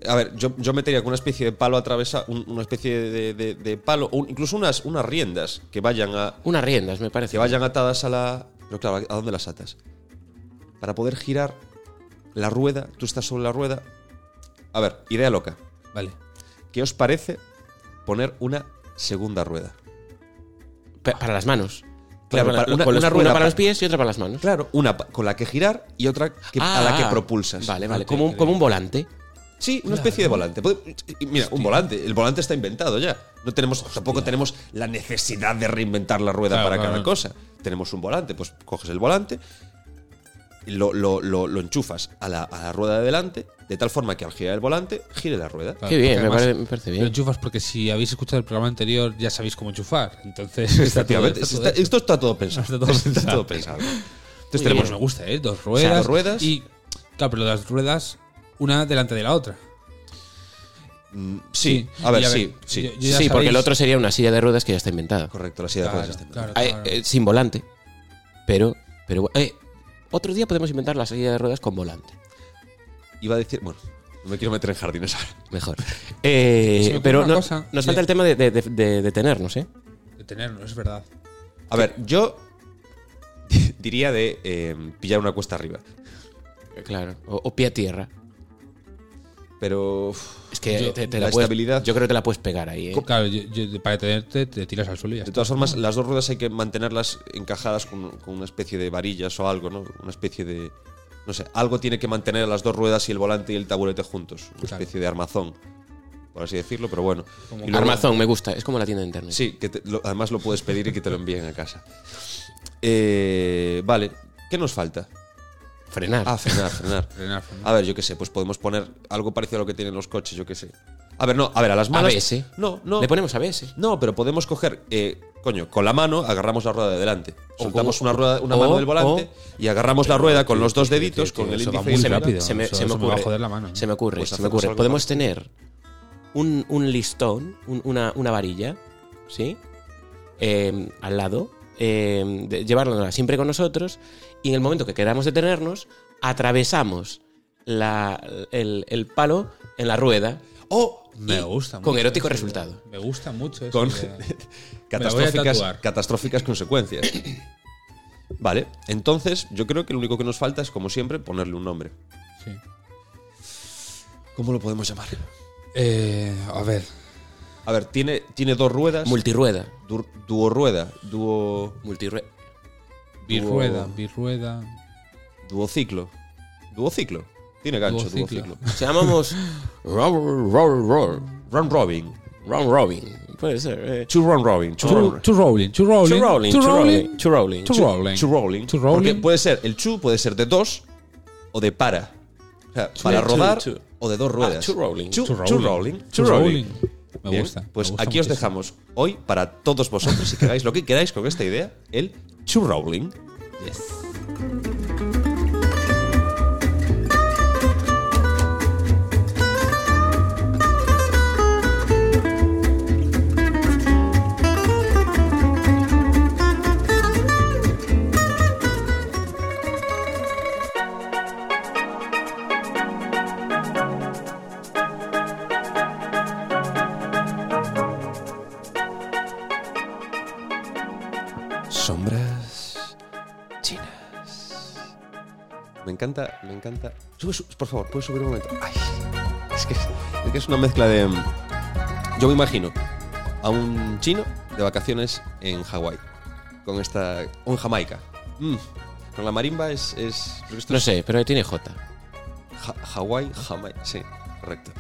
Speaker 3: A ver, yo, yo metería con una especie de palo atravesado, una especie de, de- de palo, o incluso unas, unas riendas que vayan a.
Speaker 5: Unas riendas, me
Speaker 3: que
Speaker 5: parece.
Speaker 3: vayan atadas a la. Pero claro, ¿a dónde las atas? Para poder girar la rueda, tú estás sobre la rueda. A ver, idea loca.
Speaker 4: Vale.
Speaker 3: ¿Qué os parece poner una segunda rueda?
Speaker 5: Pa- para las manos.
Speaker 3: Claro,
Speaker 5: Para-
Speaker 3: para- una-
Speaker 5: con los-
Speaker 3: una rueda
Speaker 5: para
Speaker 3: para-
Speaker 5: los pies y otra para las manos.
Speaker 3: Claro, una pa- con la que girar y otra que- a la
Speaker 5: Ah,
Speaker 3: que propulsas.
Speaker 5: Vale, vale.
Speaker 4: Ok,
Speaker 5: Como, un-
Speaker 4: ok.
Speaker 5: como un volante.
Speaker 3: Sí, una especie de volante. Puede- y Mira, un volante. El volante está inventado ya. No tenemos, tampoco tenemos la necesidad de reinventar la rueda
Speaker 4: Claro,
Speaker 3: para
Speaker 4: claro,
Speaker 3: cada
Speaker 4: no.
Speaker 3: cosa. Tenemos un volante, pues coges el volante, lo, lo- lo- lo enchufas a la, a la rueda de delante, de tal forma que al girar el volante, gire la rueda.
Speaker 4: Claro,
Speaker 5: Qué
Speaker 4: porque
Speaker 5: bien, me
Speaker 4: además
Speaker 5: parece- me parece bien.
Speaker 4: Lo enchufas porque si habéis escuchado el programa anterior ya sabéis cómo enchufar. Entonces, está todo-
Speaker 3: Efectivamente,
Speaker 4: está todo
Speaker 3: está-
Speaker 4: hecho.
Speaker 3: esto está todo pensado.
Speaker 4: Está todo
Speaker 3: Está
Speaker 4: pensado.
Speaker 3: todo pensado. Entonces
Speaker 4: Oye,
Speaker 3: tenemos
Speaker 4: me gusta, ¿eh? Dos ruedas.
Speaker 3: dos ruedas.
Speaker 4: Y, claro, pero las ruedas una delante de la otra.
Speaker 3: Sí, a ver,
Speaker 4: Y
Speaker 3: sí, sí.
Speaker 4: yo- yo
Speaker 5: Sí,
Speaker 4: ya
Speaker 5: porque el
Speaker 4: sabéis-
Speaker 5: otro sería una silla de ruedas que ya está inventada.
Speaker 3: Correcto, la silla de
Speaker 4: Claro,
Speaker 3: ruedas está inventada.
Speaker 4: claro,
Speaker 5: Eh,
Speaker 4: claro.
Speaker 5: eh, sin volante. Pero, pero bueno, eh, otro día podemos inventar la silla de ruedas con volante.
Speaker 3: Iba a decir, bueno, no me quiero meter en jardines ahora.
Speaker 5: Mejor. Eh,
Speaker 4: Se me ocurre
Speaker 5: pero
Speaker 4: una
Speaker 5: no-
Speaker 4: cosa.
Speaker 5: nos
Speaker 4: Sí.
Speaker 5: falta el tema de, de- de- de detenernos, ¿eh?
Speaker 4: De tenerlo, es verdad.
Speaker 3: A ver, yo diría de eh, pillar una cuesta arriba.
Speaker 5: Claro. O, o pie a tierra.
Speaker 3: Pero. uf,
Speaker 5: Es que
Speaker 4: Yo-
Speaker 5: te, te
Speaker 3: la
Speaker 5: la puedes-
Speaker 3: estabilidad-
Speaker 5: Yo creo que te la puedes pegar ahí. ¿eh?
Speaker 4: Claro, yo- yo- para tenerte te tiras al suelo y ya
Speaker 3: de
Speaker 4: está.
Speaker 3: todas formas, las dos ruedas hay que mantenerlas encajadas con, con una especie de varillas o algo, ¿no? Una especie de. No sé, algo tiene que mantener a las dos ruedas y el volante y el taburete juntos. Una
Speaker 4: Claro.
Speaker 3: especie de armazón, por así decirlo, pero bueno.
Speaker 4: Como
Speaker 3: Y luego-
Speaker 5: Armazón, me gusta. Es como la tienda de internet.
Speaker 3: Sí, que te- lo- además lo puedes pedir y que te lo envíen a casa. Eh, vale, ¿qué nos falta?
Speaker 5: Frenar.
Speaker 3: Ah, frenar, frenar.
Speaker 4: Frenar, frenar.
Speaker 3: A ver, yo qué sé, pues podemos poner algo parecido a lo que tienen los coches, yo qué sé. A ver, no, a ver, a las malas.
Speaker 5: ABS.
Speaker 3: No, no.
Speaker 5: Le ponemos ABS.
Speaker 3: No, pero podemos coger, eh, coño, con la mano agarramos la rueda de delante.
Speaker 5: O
Speaker 3: Soltamos
Speaker 5: como-
Speaker 3: una, rueda, una
Speaker 5: o-
Speaker 3: mano del volante y agarramos la rueda con los dos deditos,
Speaker 4: tío, tío,
Speaker 3: con el
Speaker 4: eso va
Speaker 3: índice y
Speaker 4: muy
Speaker 3: el pulgar.
Speaker 4: rápido.
Speaker 5: Se me,
Speaker 4: eso-
Speaker 5: se me
Speaker 4: eso me va
Speaker 5: ocurre.
Speaker 4: a joder la mano, ¿no?
Speaker 5: Se me ocurre.
Speaker 3: Pues
Speaker 5: se me
Speaker 3: hacemos
Speaker 5: ocurre.
Speaker 3: algo
Speaker 5: Podemos tener un, un listón, un- una, una varilla, ¿sí? Eh, al lado, eh, de- llevárnosla siempre con nosotros y en el momento que queramos detenernos, atravesamos la, el, el palo en la rueda.
Speaker 3: ¡Oh!
Speaker 4: Me
Speaker 5: y
Speaker 4: gusta
Speaker 5: Con
Speaker 4: mucho
Speaker 5: erótico
Speaker 4: esa
Speaker 5: resultado.
Speaker 4: idea. Me gusta mucho eso.
Speaker 3: Con catastróficas,
Speaker 4: tatuar.
Speaker 3: catastróficas consecuencias. Vale, entonces yo creo que lo único que nos falta es, como siempre, ponerle un nombre. ¿Cómo lo podemos llamar?
Speaker 4: Eh, a ver.
Speaker 3: A ver, tiene, tiene dos ruedas.
Speaker 5: Multirrueda.
Speaker 3: du- duorueda, duo,
Speaker 5: Multirrueda.
Speaker 4: Birrueda, birrueda.
Speaker 3: duociclo. Duociclo. Tiene gancho,
Speaker 4: Duociclo.
Speaker 3: duociclo.
Speaker 5: Se llamamos Round round Round
Speaker 3: Run Robin.
Speaker 5: round Robin. Puede ser. eh.
Speaker 3: Two Run Robin. Two
Speaker 4: Two
Speaker 3: Run
Speaker 4: two rolling, two rolling.
Speaker 5: Two rolling,
Speaker 4: two
Speaker 5: two
Speaker 4: rolling,
Speaker 5: rolling, two rolling.
Speaker 4: two
Speaker 5: Two-
Speaker 4: rolling.
Speaker 3: Two rolling.
Speaker 4: Two rolling.
Speaker 3: Porque puede ser, el chu puede ser de dos o de para. O sea, para
Speaker 5: two,
Speaker 3: rodar
Speaker 5: two.
Speaker 3: o de
Speaker 4: Ah,
Speaker 3: dos ruedas.
Speaker 5: two rolling.
Speaker 3: Two,
Speaker 4: Two
Speaker 3: two rolling. Two
Speaker 4: Two
Speaker 3: rolling.
Speaker 4: rolling. Me
Speaker 3: Bien,
Speaker 4: gusta. me
Speaker 3: Pues
Speaker 4: gusta
Speaker 3: aquí os
Speaker 4: muchísimo.
Speaker 3: dejamos hoy para todos vosotros, si queráis lo que queráis con esta idea, el two rolling. Sombras chinas. Me encanta, me encanta. Sube, su- por favor, puedes subir un momento. Ay, es que es, es que es una mezcla de. Yo me imagino a un chino de vacaciones en Hawái. Con esta. O en Jamaica. Mm, Con la marimba es. es porque esto
Speaker 5: No
Speaker 3: es
Speaker 5: sé, pero tiene J.
Speaker 3: Ja- Hawái, Jamaica. Sí, correcto.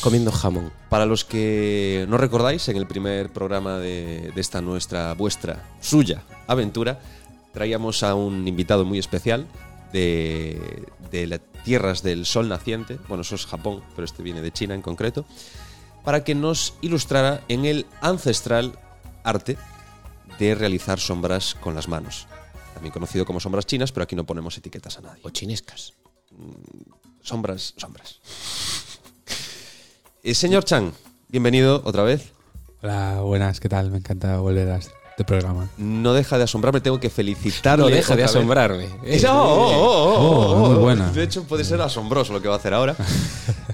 Speaker 5: Comiendo jamón.
Speaker 3: Para los que no recordáis, en el primer programa de, de esta nuestra, vuestra, suya aventura, traíamos a un invitado muy especial de, de las tierras del sol naciente, bueno, eso es Japón, pero este viene de China en concreto, para que nos ilustrara en el ancestral arte de realizar sombras con las manos. También conocido como sombras chinas, pero aquí no ponemos etiquetas a nadie.
Speaker 5: O chinescas.
Speaker 3: Sombras, sombras. Eh, señor Chang, bienvenido otra vez.
Speaker 4: Hola, buenas, ¿qué tal? Me encanta volver a este programa.
Speaker 3: No deja de asombrarme, tengo que felicitarle.
Speaker 5: No deja de
Speaker 3: otra vez.
Speaker 5: asombrarme.
Speaker 3: Es-
Speaker 4: Eh,
Speaker 3: oh, oh, oh, oh,
Speaker 4: Oh,
Speaker 3: oh,
Speaker 4: muy
Speaker 3: oh.
Speaker 4: buena.
Speaker 3: De hecho, puede ser asombroso lo que va a hacer ahora.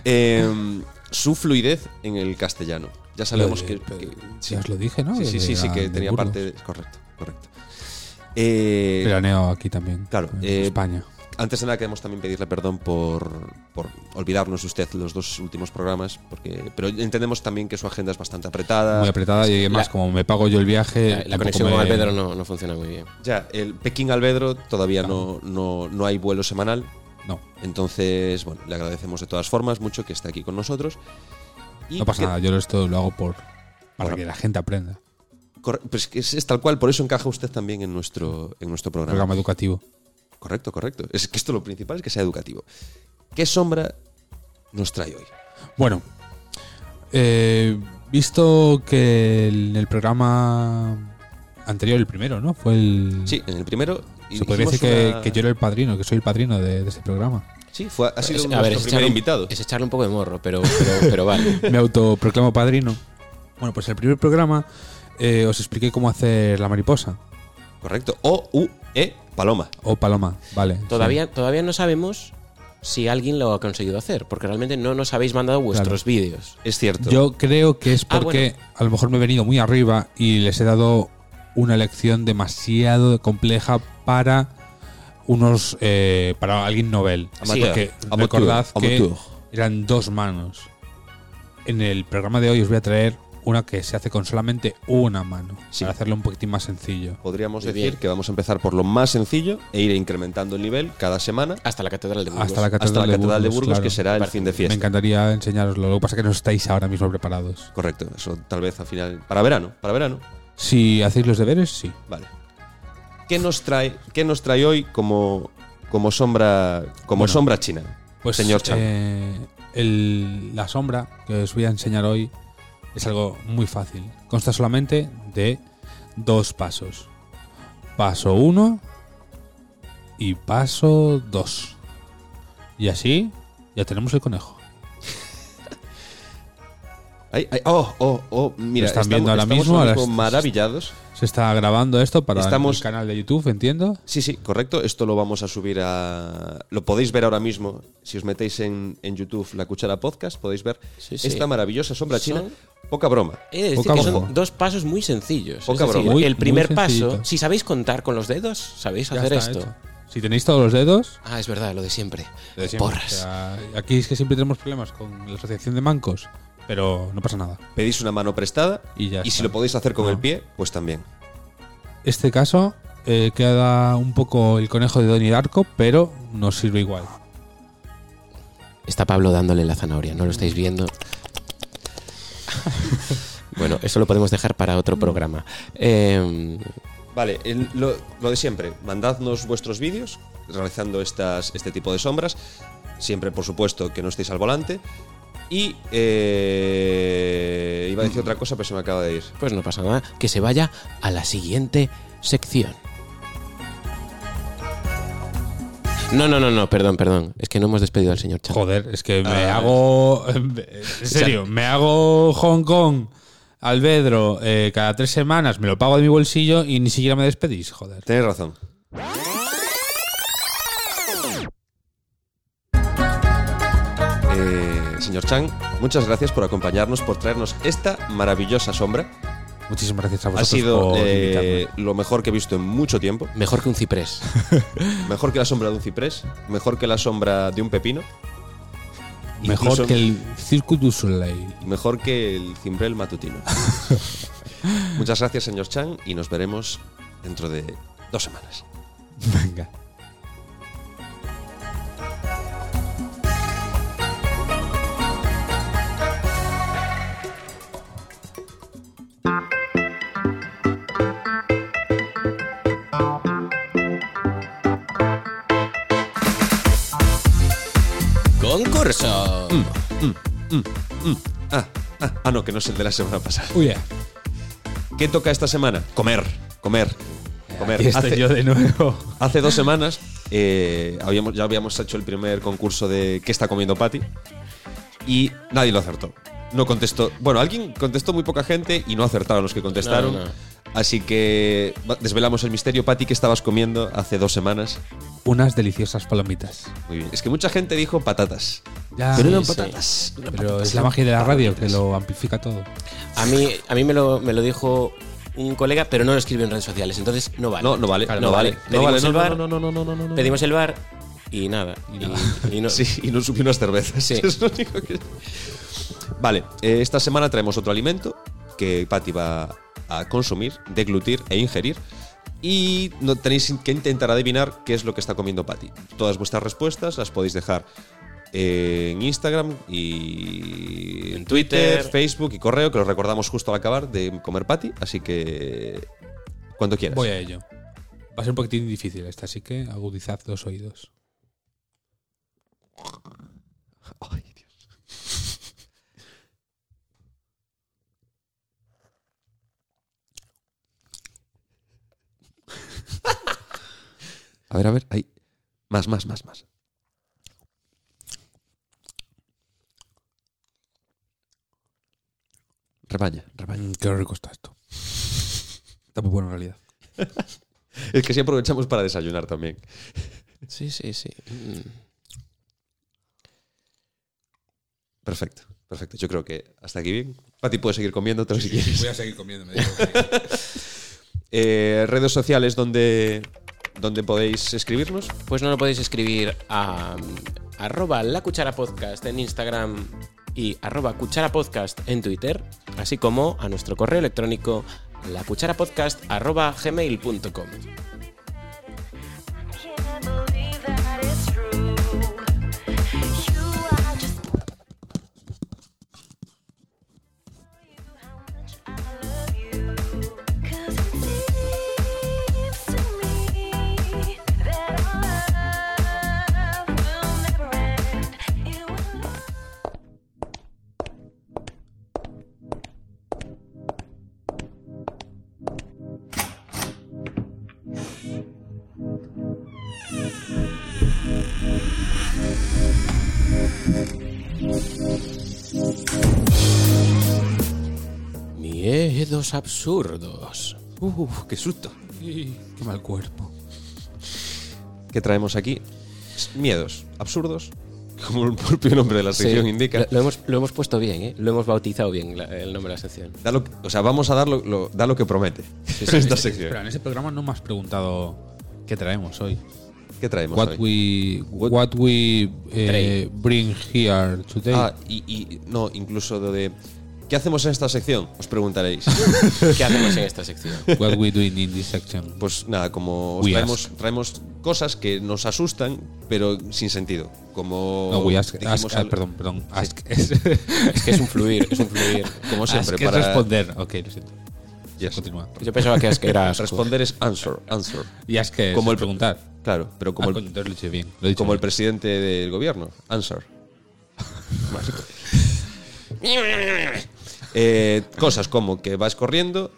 Speaker 3: Em, su fluidez en el castellano. Ya sabemos que, que-
Speaker 4: Ya os lo dije, ¿no?
Speaker 3: Sí, sí, sí, sí,
Speaker 4: Era
Speaker 3: que
Speaker 4: de
Speaker 3: tenía
Speaker 4: Burgos.
Speaker 3: parte. de- correcto, correcto. Eh,
Speaker 4: Veraneo aquí también.
Speaker 3: Claro,
Speaker 4: en
Speaker 3: eh,
Speaker 4: España.
Speaker 3: Antes de nada queremos también pedirle perdón por, por olvidarnos de usted los dos últimos programas, porque pero entendemos también que su agenda es bastante apretada.
Speaker 4: Muy apretada y además,
Speaker 5: la-
Speaker 4: como me pago yo el viaje.
Speaker 5: La, la
Speaker 4: tampoco
Speaker 5: conexión
Speaker 4: me-
Speaker 5: con Alpedro no, no funciona muy bien.
Speaker 3: Ya, el Pekín Albedro todavía no, no, no hay vuelo semanal,
Speaker 4: No,
Speaker 3: Entonces, bueno, le agradecemos de todas formas mucho que esté aquí con nosotros. Y
Speaker 4: no pasa
Speaker 3: que-
Speaker 4: nada, yo esto lo hago por para
Speaker 3: Bueno.
Speaker 4: que la gente aprenda.
Speaker 3: corre- pues que es, es tal cual, por eso encaja usted también en nuestro, en nuestro programa.
Speaker 4: Programa educativo.
Speaker 3: Correcto, correcto. Es que esto lo principal es que sea educativo. ¿Qué sombra nos trae hoy?
Speaker 4: Bueno, eh, visto que en el programa anterior, el primero, ¿no? Fue el.
Speaker 3: Sí, en el primero. y
Speaker 4: Se podría
Speaker 3: dijimos
Speaker 4: decir que,
Speaker 3: una-
Speaker 4: que yo era el padrino, que soy el padrino de, de este programa.
Speaker 3: Sí, fue, ha sido
Speaker 5: Es- a
Speaker 3: nuestro
Speaker 5: ver, es
Speaker 3: primer
Speaker 5: echarle un-
Speaker 3: invitado.
Speaker 5: Es echarle un poco de morro, pero, pero, pero vale.
Speaker 4: Me autoproclamo padrino. Bueno, pues el primer programa eh, os expliqué cómo hacer la mariposa
Speaker 3: Correcto. O-U-E Paloma.
Speaker 4: o paloma, ¿vale?
Speaker 5: Todavía, todavía no sabemos si alguien lo ha conseguido hacer, porque realmente no nos habéis mandado vuestros vídeos.
Speaker 3: Es cierto.
Speaker 4: Yo creo que es
Speaker 5: Ah,
Speaker 4: porque a lo mejor me he venido muy arriba y les he dado una lección demasiado compleja para unos eh, para alguien novel.
Speaker 3: Amateur.
Speaker 4: Porque
Speaker 3: Amateur.
Speaker 4: recordad que
Speaker 3: Amateur.
Speaker 4: eran dos manos. En el programa de hoy os voy a traer una que se hace con solamente una mano.
Speaker 3: Sí.
Speaker 4: Para hacerlo un poquitín más sencillo.
Speaker 3: Podríamos
Speaker 5: Muy
Speaker 3: decir
Speaker 5: bien.
Speaker 3: que vamos a empezar por lo más sencillo e ir incrementando el nivel cada semana
Speaker 5: Hasta la Catedral de Burgos.
Speaker 4: Hasta la Catedral,
Speaker 3: hasta la
Speaker 4: de,
Speaker 3: Catedral de
Speaker 4: Burgos,
Speaker 3: Burgos,
Speaker 4: claro.
Speaker 3: que será el
Speaker 5: Parece-
Speaker 3: fin de
Speaker 4: Me
Speaker 3: fiesta.
Speaker 4: encantaría enseñároslo. Lo que pasa es que no estáis ahora mismo preparados.
Speaker 3: Correcto, eso tal vez al final. Para verano, para verano.
Speaker 4: Si hacéis los deberes, sí.
Speaker 3: Vale. ¿Qué nos trae, qué nos trae hoy como, como sombra como
Speaker 4: Bueno,
Speaker 3: sombra china?
Speaker 4: Pues,
Speaker 3: señor Chan.
Speaker 4: eh, el- la sombra que os voy a enseñar hoy es algo muy fácil. Consta solamente de dos pasos. Paso 1 y paso 2. Y así ya tenemos el conejo.
Speaker 3: Ay, ay, oh, oh, oh, mira,
Speaker 4: Lo están
Speaker 3: estamos,
Speaker 4: viendo ahora
Speaker 3: estamos
Speaker 4: mismo, ahora es-
Speaker 3: maravillados.
Speaker 4: Se está grabando esto para
Speaker 3: Estamos-
Speaker 4: el canal de YouTube, entiendo.
Speaker 3: Sí, sí, correcto. Esto lo vamos a subir a. Lo podéis ver ahora mismo. Si os metéis en, en YouTube la cuchara podcast, podéis ver
Speaker 5: Sí, sí.
Speaker 3: esta maravillosa sombra china.
Speaker 5: Son-
Speaker 3: Poca broma.
Speaker 5: He de decir
Speaker 4: Poca
Speaker 5: que
Speaker 4: broma.
Speaker 5: son dos pasos muy sencillos.
Speaker 3: Poca
Speaker 5: Es decir,
Speaker 3: broma.
Speaker 4: Muy-
Speaker 5: el primer
Speaker 4: muy
Speaker 5: paso,
Speaker 4: sencillito.
Speaker 5: si sabéis contar con los dedos, sabéis
Speaker 4: Ya
Speaker 5: hacer
Speaker 4: está
Speaker 5: esto.
Speaker 4: hecho. Si tenéis todos los dedos,
Speaker 5: Ah, es verdad, lo de siempre.
Speaker 4: lo de siempre. O
Speaker 5: Porras.
Speaker 4: sea, aquí es que siempre tenemos problemas con la asociación de mancos, pero no pasa nada.
Speaker 3: Pedís una mano prestada
Speaker 4: Y ya
Speaker 3: si
Speaker 4: está. Ah.
Speaker 3: lo podéis hacer con
Speaker 4: No.
Speaker 3: el pie, pues también.
Speaker 4: Este caso eh, queda un poco el conejo de Donnie Darko, pero nos sirve igual.
Speaker 5: Está Pablo dándole la zanahoria, no lo estáis viendo. bueno, eso lo podemos dejar para otro programa. Eh,
Speaker 3: Vale, el- lo, lo de siempre. Mandadnos vuestros vídeos realizando estas, este tipo de sombras. Siempre, por supuesto, que no estéis al volante. Y eh, iba a decir otra cosa, pero se me acaba de ir.
Speaker 5: pues no pasa nada, que se vaya a la siguiente sección. No, no, no, no, perdón, perdón. Es que no hemos despedido al señor Chan.
Speaker 4: Joder, es que me hago. En serio, me hago Hong Kong, Albedro, eh, cada tres semanas, me lo pago de mi bolsillo y ni siquiera me despedís, joder.
Speaker 3: Tenéis razón. Eh, señor Chang, muchas gracias por acompañarnos, por traernos esta maravillosa sombra.
Speaker 4: Muchísimas gracias a
Speaker 3: Ha
Speaker 4: vosotros
Speaker 3: sido
Speaker 4: por
Speaker 3: eh,
Speaker 4: invitarme.
Speaker 3: lo mejor que he visto en mucho tiempo.
Speaker 5: Mejor que un ciprés.
Speaker 3: Mejor que la sombra de un ciprés, mejor que la sombra de un pepino,
Speaker 4: Mejor
Speaker 3: incluso-
Speaker 4: que el Circuit du Soleil.
Speaker 3: mejor que el cimbrel matutino. Muchas gracias, señor Chang, y nos veremos dentro de dos semanas.
Speaker 4: Venga.
Speaker 5: ¡Concurso!
Speaker 3: Ah, ah, ah, no, que no es el de la semana pasada.
Speaker 4: Uy, eh,
Speaker 3: ¿Qué toca esta semana? Comer, comer, comer.
Speaker 4: aquí estoy
Speaker 3: Hace,
Speaker 4: yo de nuevo.
Speaker 3: hace dos semanas eh, habíamos, ya habíamos hecho el primer concurso de ¿Qué está comiendo Patty? Y nadie lo acertó. No contestó. Bueno, alguien contestó muy poca gente y no acertaron los que contestaron.
Speaker 5: No, no.
Speaker 3: Así que va- desvelamos el misterio, Patty, que estabas comiendo hace dos semanas.
Speaker 4: Unas deliciosas palomitas.
Speaker 3: Muy bien. Es que mucha gente dijo patatas.
Speaker 4: Ya,
Speaker 5: Pero eran
Speaker 4: sí, sí.
Speaker 5: patatas.
Speaker 4: Pero es la magia de la radio que lo amplifica todo.
Speaker 5: A mí, a mí me, lo, me lo dijo un colega, pero no lo escribió en redes sociales, entonces no vale.
Speaker 3: No, no vale, no vale, no
Speaker 5: Pedimos
Speaker 3: vale, no,
Speaker 5: el
Speaker 3: no,
Speaker 5: bar,
Speaker 3: no, no, no, no, no, no, no.
Speaker 5: pedimos el bar y nada. Y, y no-
Speaker 3: Sí, y no subí unas cervezas.
Speaker 5: Sí.
Speaker 3: Es lo único que- Vale, eh, esta semana traemos otro alimento que Patty va a consumir, deglutir e ingerir. Y no tenéis que intentar adivinar qué es lo que está comiendo Patty. Todas vuestras respuestas las podéis dejar eh, en Instagram y
Speaker 5: En Twitter.
Speaker 3: Facebook y correo, que lo recordamos justo al acabar de comer Patty. Así que cuando quieras.
Speaker 4: Voy a ello. Va a ser un poquitín difícil esta, así que agudizad los oídos.
Speaker 3: A ver, a ver, ahí. Más, más, más, más. Rebaña, rebaña.
Speaker 4: Mm, qué rico está esto. Está muy bueno en realidad.
Speaker 3: Es que sí aprovechamos para desayunar también.
Speaker 5: Sí, sí, sí. Mm.
Speaker 3: Perfecto, perfecto. Yo creo que hasta aquí bien. Pati puede seguir comiendo otro si quieres.
Speaker 4: Voy a seguir comiendo.
Speaker 3: Eh, redes sociales donde, donde podéis escribirnos.
Speaker 5: Pues no lo podéis escribir a mm, arroba la cuchara podcast en Instagram y arroba cuchara podcast en Twitter, así como a nuestro correo electrónico la cuchara podcast arroba gmail.com.
Speaker 2: Can't believe that it's true. You are just you how much I love you. 'Cause it seems to me that our love will never end. It will.
Speaker 5: Miedos absurdos.
Speaker 3: Uf, qué susto.
Speaker 4: Qué mal cuerpo.
Speaker 3: ¿Qué traemos aquí? Miedos absurdos, como el propio nombre de la sección
Speaker 5: Sí,
Speaker 3: indica.
Speaker 5: Lo, lo hemos, lo hemos puesto bien, ¿eh? Lo hemos bautizado bien la- el nombre de la sección.
Speaker 3: Da lo- o sea, vamos a dar lo, lo- da lo que promete. Esta
Speaker 4: Pero
Speaker 3: sección.
Speaker 4: en ese programa no me has preguntado qué traemos hoy.
Speaker 3: ¿Qué traemos
Speaker 4: What
Speaker 3: hoy?
Speaker 4: we, what we eh,
Speaker 5: Trae.
Speaker 4: bring here today.
Speaker 3: Ah, y, y- no, incluso lo de. ¿Qué hacemos en esta sección? Os preguntaréis.
Speaker 5: ¿Qué hacemos en esta sección?
Speaker 4: What we doing in this section.
Speaker 3: Pues nada, como os
Speaker 4: We
Speaker 3: traemos, traemos cosas que nos asustan, pero sin sentido. Como.
Speaker 4: No, we ask,
Speaker 3: dijimos
Speaker 4: ask-
Speaker 3: al-
Speaker 4: ah, perdón, perdón. Ask,
Speaker 5: Es que es un fluir, es un fluir.
Speaker 3: Como
Speaker 4: ask
Speaker 3: siempre,
Speaker 4: es
Speaker 3: para.
Speaker 4: responder. Ok, lo siento.
Speaker 3: Yes.
Speaker 4: Continúa.
Speaker 5: Yo pensaba que es que era asco.
Speaker 3: Responder es answer, answer.
Speaker 4: Y ask es
Speaker 3: Como el-
Speaker 4: preguntar.
Speaker 3: Claro, pero
Speaker 4: Como
Speaker 3: como el,
Speaker 4: Ah, entonces lo he dicho bien. Lo he dicho
Speaker 3: como el
Speaker 4: bien.
Speaker 3: presidente del gobierno. Answer. Eh, cosas como que vas corriendo,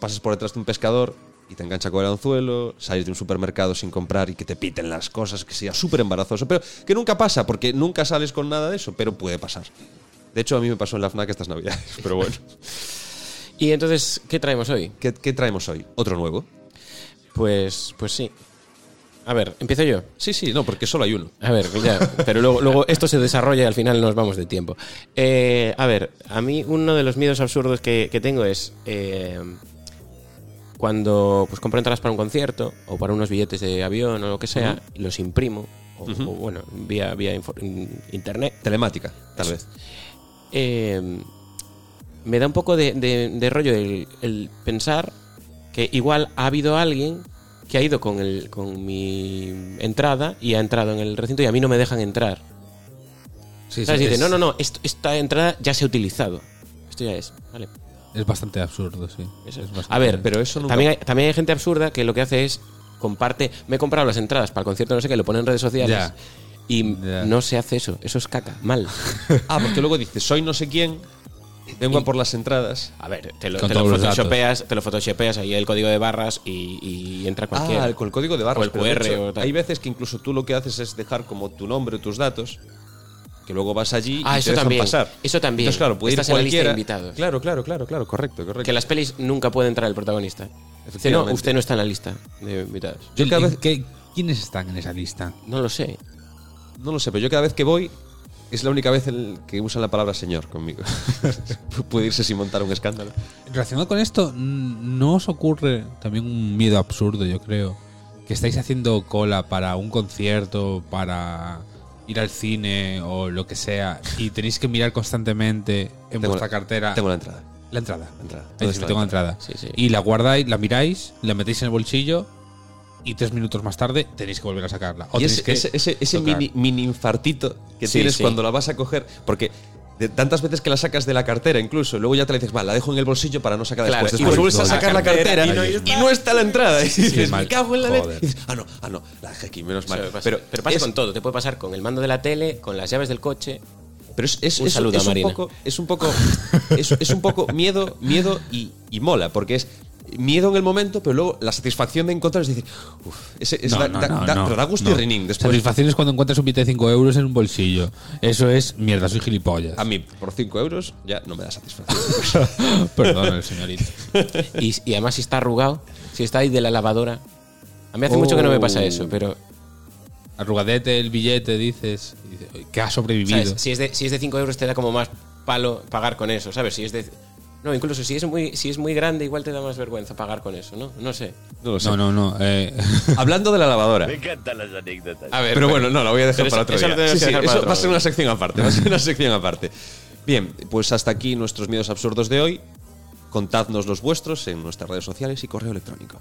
Speaker 3: pasas por detrás de un pescador y te engancha con el anzuelo, sales de un supermercado sin comprar y que te piten las cosas, que sea súper embarazoso, pero que nunca pasa, porque nunca sales con nada de eso, pero puede pasar. De hecho, a mí me pasó en la FNAC estas navidades, pero bueno.
Speaker 5: Y entonces, ¿qué traemos hoy?
Speaker 3: ¿Qué, qué traemos hoy? ¿Otro nuevo?
Speaker 5: Pues, pues sí. A ver, empiezo yo.
Speaker 3: Sí, sí, no, porque solo hay uno.
Speaker 5: A ver, ya, pero luego, luego esto se desarrolla y al final nos vamos de tiempo. Eh, a ver, a mí uno de los miedos absurdos que, que tengo es eh, cuando pues compro entradas para un concierto o para unos billetes de avión o lo que sea, y los imprimo, o, o, bueno, vía, vía infor- in- internet,
Speaker 3: Telemática, tal vez.
Speaker 5: eh, me da un poco de, de- de rollo el, el pensar que igual ha habido alguien que ha ido con, el, con mi entrada y ha entrado en el recinto y a mí no me dejan entrar.
Speaker 4: Sí, sí,
Speaker 5: ¿Sabes? Y dice,
Speaker 4: es-
Speaker 5: no, no, no, esto- esta entrada ya se ha utilizado. Esto ya es, vale.
Speaker 4: Es bastante absurdo, sí.
Speaker 5: Eso.
Speaker 4: Es bastante-
Speaker 5: A ver,
Speaker 3: Pero eso nunca-
Speaker 5: también hay, también hay gente absurda que lo que hace es comparte, me he comprado las entradas para el concierto, no sé qué, lo pone en redes sociales
Speaker 4: Ya.
Speaker 5: y
Speaker 4: Ya.
Speaker 5: no se hace eso, eso es caca, mal.
Speaker 3: Ah, porque luego dices, soy no sé quién, vengo a por las entradas.
Speaker 5: A ver, te lo,
Speaker 4: Con
Speaker 5: te lo
Speaker 4: todos los
Speaker 5: photoshopeas, te lo photoshopeas ahí el código de barras y, y entra cualquiera.
Speaker 3: Ah, el- con el código de barras.
Speaker 5: O el
Speaker 3: pero de
Speaker 5: QR
Speaker 3: hecho,
Speaker 5: o tal.
Speaker 3: Hay veces que incluso tú lo que haces es dejar como tu nombre, tus datos, que luego vas allí
Speaker 5: Ah,
Speaker 3: y
Speaker 5: eso
Speaker 3: te dejan
Speaker 5: también,
Speaker 3: pasar.
Speaker 5: eso también.
Speaker 3: Entonces, claro, puede
Speaker 5: Estás
Speaker 3: ir
Speaker 5: en la lista de
Speaker 3: cualquiera.
Speaker 5: invitados.
Speaker 3: Claro, claro, claro, claro, correcto, correcto.
Speaker 5: Que en las pelis nunca puede entrar el protagonista. Dice, no,
Speaker 3: Efectivamente.
Speaker 5: usted no está en la lista de invitados.
Speaker 3: Yo
Speaker 4: ¿En
Speaker 3: cada vez-
Speaker 4: qué- ¿Quiénes están en esa lista?
Speaker 5: No lo sé.
Speaker 3: No lo sé, pero yo cada vez que voy es la única vez en que usan la palabra señor conmigo. puede irse sin montar un escándalo.
Speaker 4: Relacionado con esto, mm, ¿no os ocurre también un miedo absurdo, yo creo? Que estáis haciendo cola para un concierto, para ir al cine o lo que sea, y tenéis que mirar constantemente en
Speaker 3: Tengo
Speaker 4: vuestra
Speaker 3: la-
Speaker 4: cartera
Speaker 3: Tengo la entrada.
Speaker 4: La entrada.
Speaker 3: La entrada.
Speaker 4: Ah. Ahí
Speaker 3: ¿Dónde
Speaker 4: sí
Speaker 3: está
Speaker 4: que tengo
Speaker 3: la
Speaker 4: la entrada.
Speaker 5: Sí, sí.
Speaker 4: Y la guardáis, la miráis, la metéis en el bolsillo y tres minutos más tarde tenéis que volver a sacarla. O
Speaker 3: Y
Speaker 4: tenéis
Speaker 3: ese,
Speaker 4: que
Speaker 3: ese- ese- ese
Speaker 4: tocar.
Speaker 3: mini, mini infartito que
Speaker 5: Sí,
Speaker 3: tienes
Speaker 5: sí.
Speaker 3: cuando la vas a coger, porque de tantas veces que la sacas de la cartera incluso, luego ya te la dices, va, la dejo en el bolsillo para no sacar
Speaker 5: Claro,
Speaker 3: después.
Speaker 5: y
Speaker 3: Después
Speaker 5: vuelves
Speaker 3: vuelves a
Speaker 5: a
Speaker 3: sacar la cartera,
Speaker 5: cartera
Speaker 3: y,
Speaker 5: y
Speaker 3: no,
Speaker 5: no-
Speaker 3: y no está la entrada. y dices,
Speaker 4: mal.
Speaker 3: me cago en la leche.
Speaker 4: Joder.
Speaker 3: Y dices, ah, no, ah, no, la dejé aquí, menos mal.
Speaker 5: Pero,
Speaker 3: Pero,
Speaker 5: pasa
Speaker 3: es-
Speaker 5: con todo. Te puede pasar con el mando de la tele, con las llaves del coche.
Speaker 3: Pero es, es-
Speaker 5: Un
Speaker 3: es-
Speaker 5: saludo
Speaker 3: es
Speaker 5: a
Speaker 3: un
Speaker 5: Marina.
Speaker 3: poco, es un poco, es, es un poco miedo, miedo y, y mola, porque es miedo en el momento, pero luego la satisfacción de encontrar es decir, uff, es, es
Speaker 4: No,
Speaker 3: da,
Speaker 4: no,
Speaker 3: da-
Speaker 4: no,
Speaker 3: da-
Speaker 4: no,
Speaker 3: pero da gusto y
Speaker 4: no.
Speaker 3: rinín después.
Speaker 4: Satisfacción es cuando encuentras un billete de 5 euros en un bolsillo. Eso es mierda, soy gilipollas.
Speaker 3: A mí, por 5 euros, ya no me da satisfacción.
Speaker 4: Perdón, el señorito.
Speaker 5: Y, y además, si está arrugado, si está ahí de la lavadora. A mí hace mucho que no me
Speaker 3: Oh,
Speaker 5: pasa eso, pero
Speaker 4: Arrugadete el billete, dices, y dices, "Uy, que ha sobrevivido.
Speaker 5: ¿sabes? Si, es de, si es de 5 euros, te da como más palo pagar con eso, ¿sabes? Si es de. No, incluso si es muy, si es muy grande, igual te da más vergüenza pagar con eso, ¿no? No sé.
Speaker 3: No lo sé.
Speaker 4: No, no, no. eh,
Speaker 3: Hablando de la lavadora.
Speaker 1: Me encantan las anécdotas.
Speaker 5: A ver,
Speaker 3: Pero bueno, no, la voy a dejar
Speaker 5: Pero
Speaker 3: para otro
Speaker 5: eso- eso
Speaker 3: día.
Speaker 5: lo
Speaker 3: Sí,
Speaker 5: tenemos
Speaker 3: sí,
Speaker 5: que dejar para
Speaker 3: eso
Speaker 5: otro
Speaker 3: va a ser
Speaker 5: día.
Speaker 3: una sección aparte. Va a ser una sección aparte. Bien, pues hasta aquí nuestros miedos absurdos de hoy. Contadnos los vuestros en nuestras redes sociales y correo electrónico.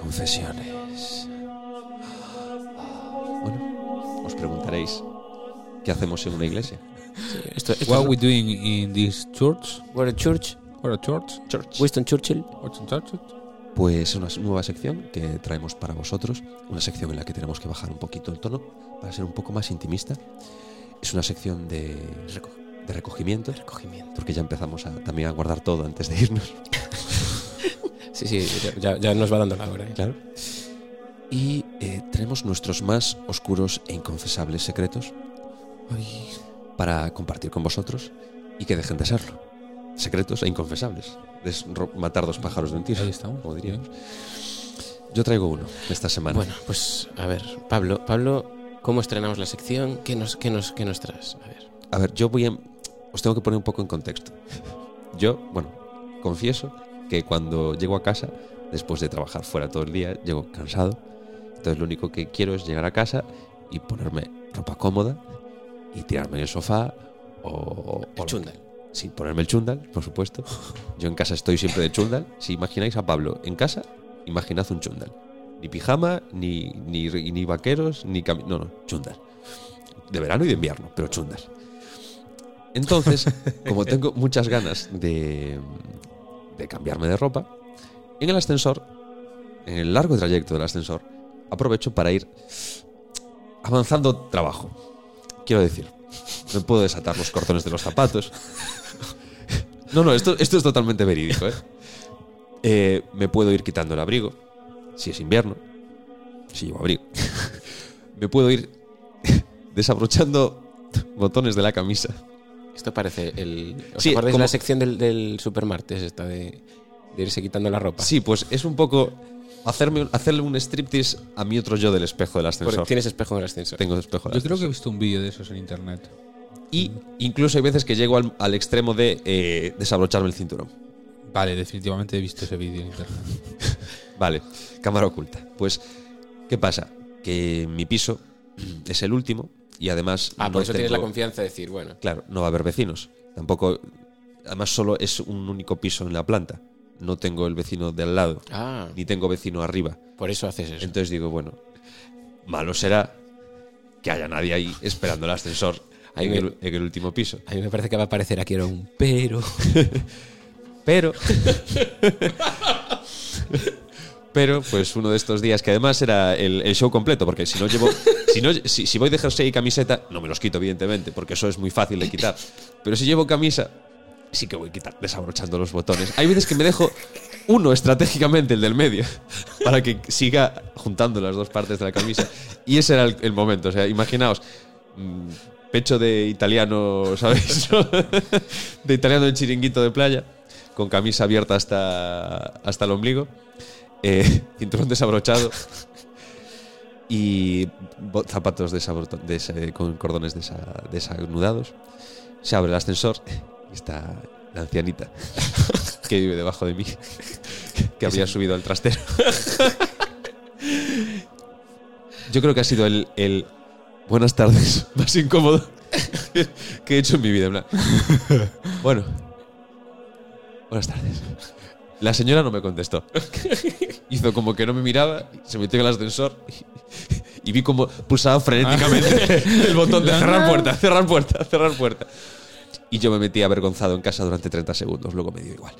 Speaker 3: Confesiones. Bueno, os preguntaréis, ¿qué hacemos en una iglesia?
Speaker 5: Esto, esto
Speaker 4: what
Speaker 5: es-
Speaker 4: we doing in this church?
Speaker 5: We're a church,
Speaker 4: Or a church?
Speaker 3: Church.
Speaker 5: Winston Churchill.
Speaker 4: What's in church?
Speaker 3: Pues una nueva sección que traemos para vosotros, una sección en la que tenemos que bajar un poquito el tono para ser un poco más intimista. Es una sección de, de recogimiento,
Speaker 5: Recogimiento.
Speaker 3: porque ya empezamos a- también a guardar todo antes de irnos,
Speaker 5: Sí, sí, ya, ya nos va dando la hora. ¿eh?
Speaker 3: claro. Y eh, traemos nuestros más oscuros e inconfesables secretos para compartir con vosotros y que dejen de serlo. Secretos e inconfesables. Es ro- matar dos pájaros de un tiro,
Speaker 4: Ahí estamos.
Speaker 3: como diríamos. Yo traigo uno esta semana.
Speaker 5: Bueno, pues a ver, Pablo, Pablo, ¿cómo estrenamos la sección? ¿Qué nos, qué nos, qué nos traes? A ver.
Speaker 3: A ver, yo voy a... Os tengo que poner un poco en contexto. Yo, bueno, confieso que cuando llego a casa, después de trabajar fuera todo el día, llego cansado. Entonces lo único que quiero es llegar a casa y ponerme ropa cómoda y tirarme en el sofá o... o- o-
Speaker 5: El chundal.
Speaker 3: Sí, ponerme el chundal, por supuesto. Yo en casa estoy siempre de chundal. Si imagináis a Pablo en casa, imaginad un chundal. Ni pijama, ni, ni, ni vaqueros, ni cami- No, no, chundal. De verano y de invierno, pero chundal. Entonces, como tengo muchas ganas de, de cambiarme de ropa, en el ascensor, en el largo trayecto del ascensor, aprovecho para ir avanzando trabajo. Quiero decir, me puedo desatar los cordones de los zapatos. No, no, esto, esto es totalmente verídico. ¿eh? Eh, me puedo ir quitando el abrigo, si es invierno, si llevo abrigo. Me puedo ir desabrochando botones de la camisa.
Speaker 5: Esto parece el. ¿Os
Speaker 3: Sí,
Speaker 5: acordáis de
Speaker 3: como-
Speaker 5: la sección del, del supermartes esta de, de irse quitando la ropa?
Speaker 3: Sí, pues es un poco hacerme, un- hacerle un striptease a mi otro yo del espejo del
Speaker 5: Porque
Speaker 3: ascensor.
Speaker 5: tienes espejo en el ascensor.
Speaker 3: Tengo espejo del
Speaker 4: Yo creo que he
Speaker 3: ascensor.
Speaker 4: visto un vídeo de esos en internet.
Speaker 3: Y incluso hay veces que llego al, al extremo de eh, desabrocharme el cinturón.
Speaker 4: Vale, definitivamente he visto ese vídeo en internet.
Speaker 3: Vale, cámara oculta. Pues, ¿qué pasa? Que mi piso es el último y además...
Speaker 5: Ah, por eso tienes la
Speaker 3: tengo-
Speaker 5: confianza de decir, bueno.
Speaker 3: Claro, no va a haber vecinos. Tampoco... Además, solo es un único piso en la planta. No tengo el vecino de al lado,
Speaker 5: Ah,
Speaker 3: ni tengo vecino arriba.
Speaker 5: por eso haces eso.
Speaker 3: Entonces digo, bueno, malo será que haya nadie ahí esperando el ascensor
Speaker 5: Ahí
Speaker 3: en
Speaker 5: me-
Speaker 3: el, en el último piso.
Speaker 5: A mí me parece que va a aparecer aquí ahora un pero.
Speaker 3: Pero. Pero, pues uno de estos días, que además era el, el show completo, porque si no llevo. Si, no, si, si voy de jersey y camiseta, no me los quito, evidentemente, porque eso es muy fácil de quitar. Pero si llevo camisa, sí que voy a quitar, desabrochando los botones. Hay veces que me dejo uno estratégicamente, el del medio, para que siga juntando las dos partes de la camisa. Y ese era el, el momento. O sea, imaginaos. mm, Pecho de italiano, ¿sabéis? no? De italiano en chiringuito de playa, con camisa abierta hasta, hasta el ombligo, eh, cinturón desabrochado, y bo- zapatos de esa borto- de ese- con cordones desa- desanudados. Se abre el ascensor y está la ancianita que vive debajo de mí, que había subido al trastero. Yo creo que ha sido el, el buenas tardes más incómodo que he hecho en mi vida. en plan, Bueno, buenas tardes. La señora no me contestó. Hizo como que no me miraba, se metió en el ascensor y vi como pulsaba frenéticamente el botón de Ah. cerrar puerta, cerrar puerta, cerrar puerta. Y yo me metí avergonzado en casa durante 30 segundos, luego me dio igual.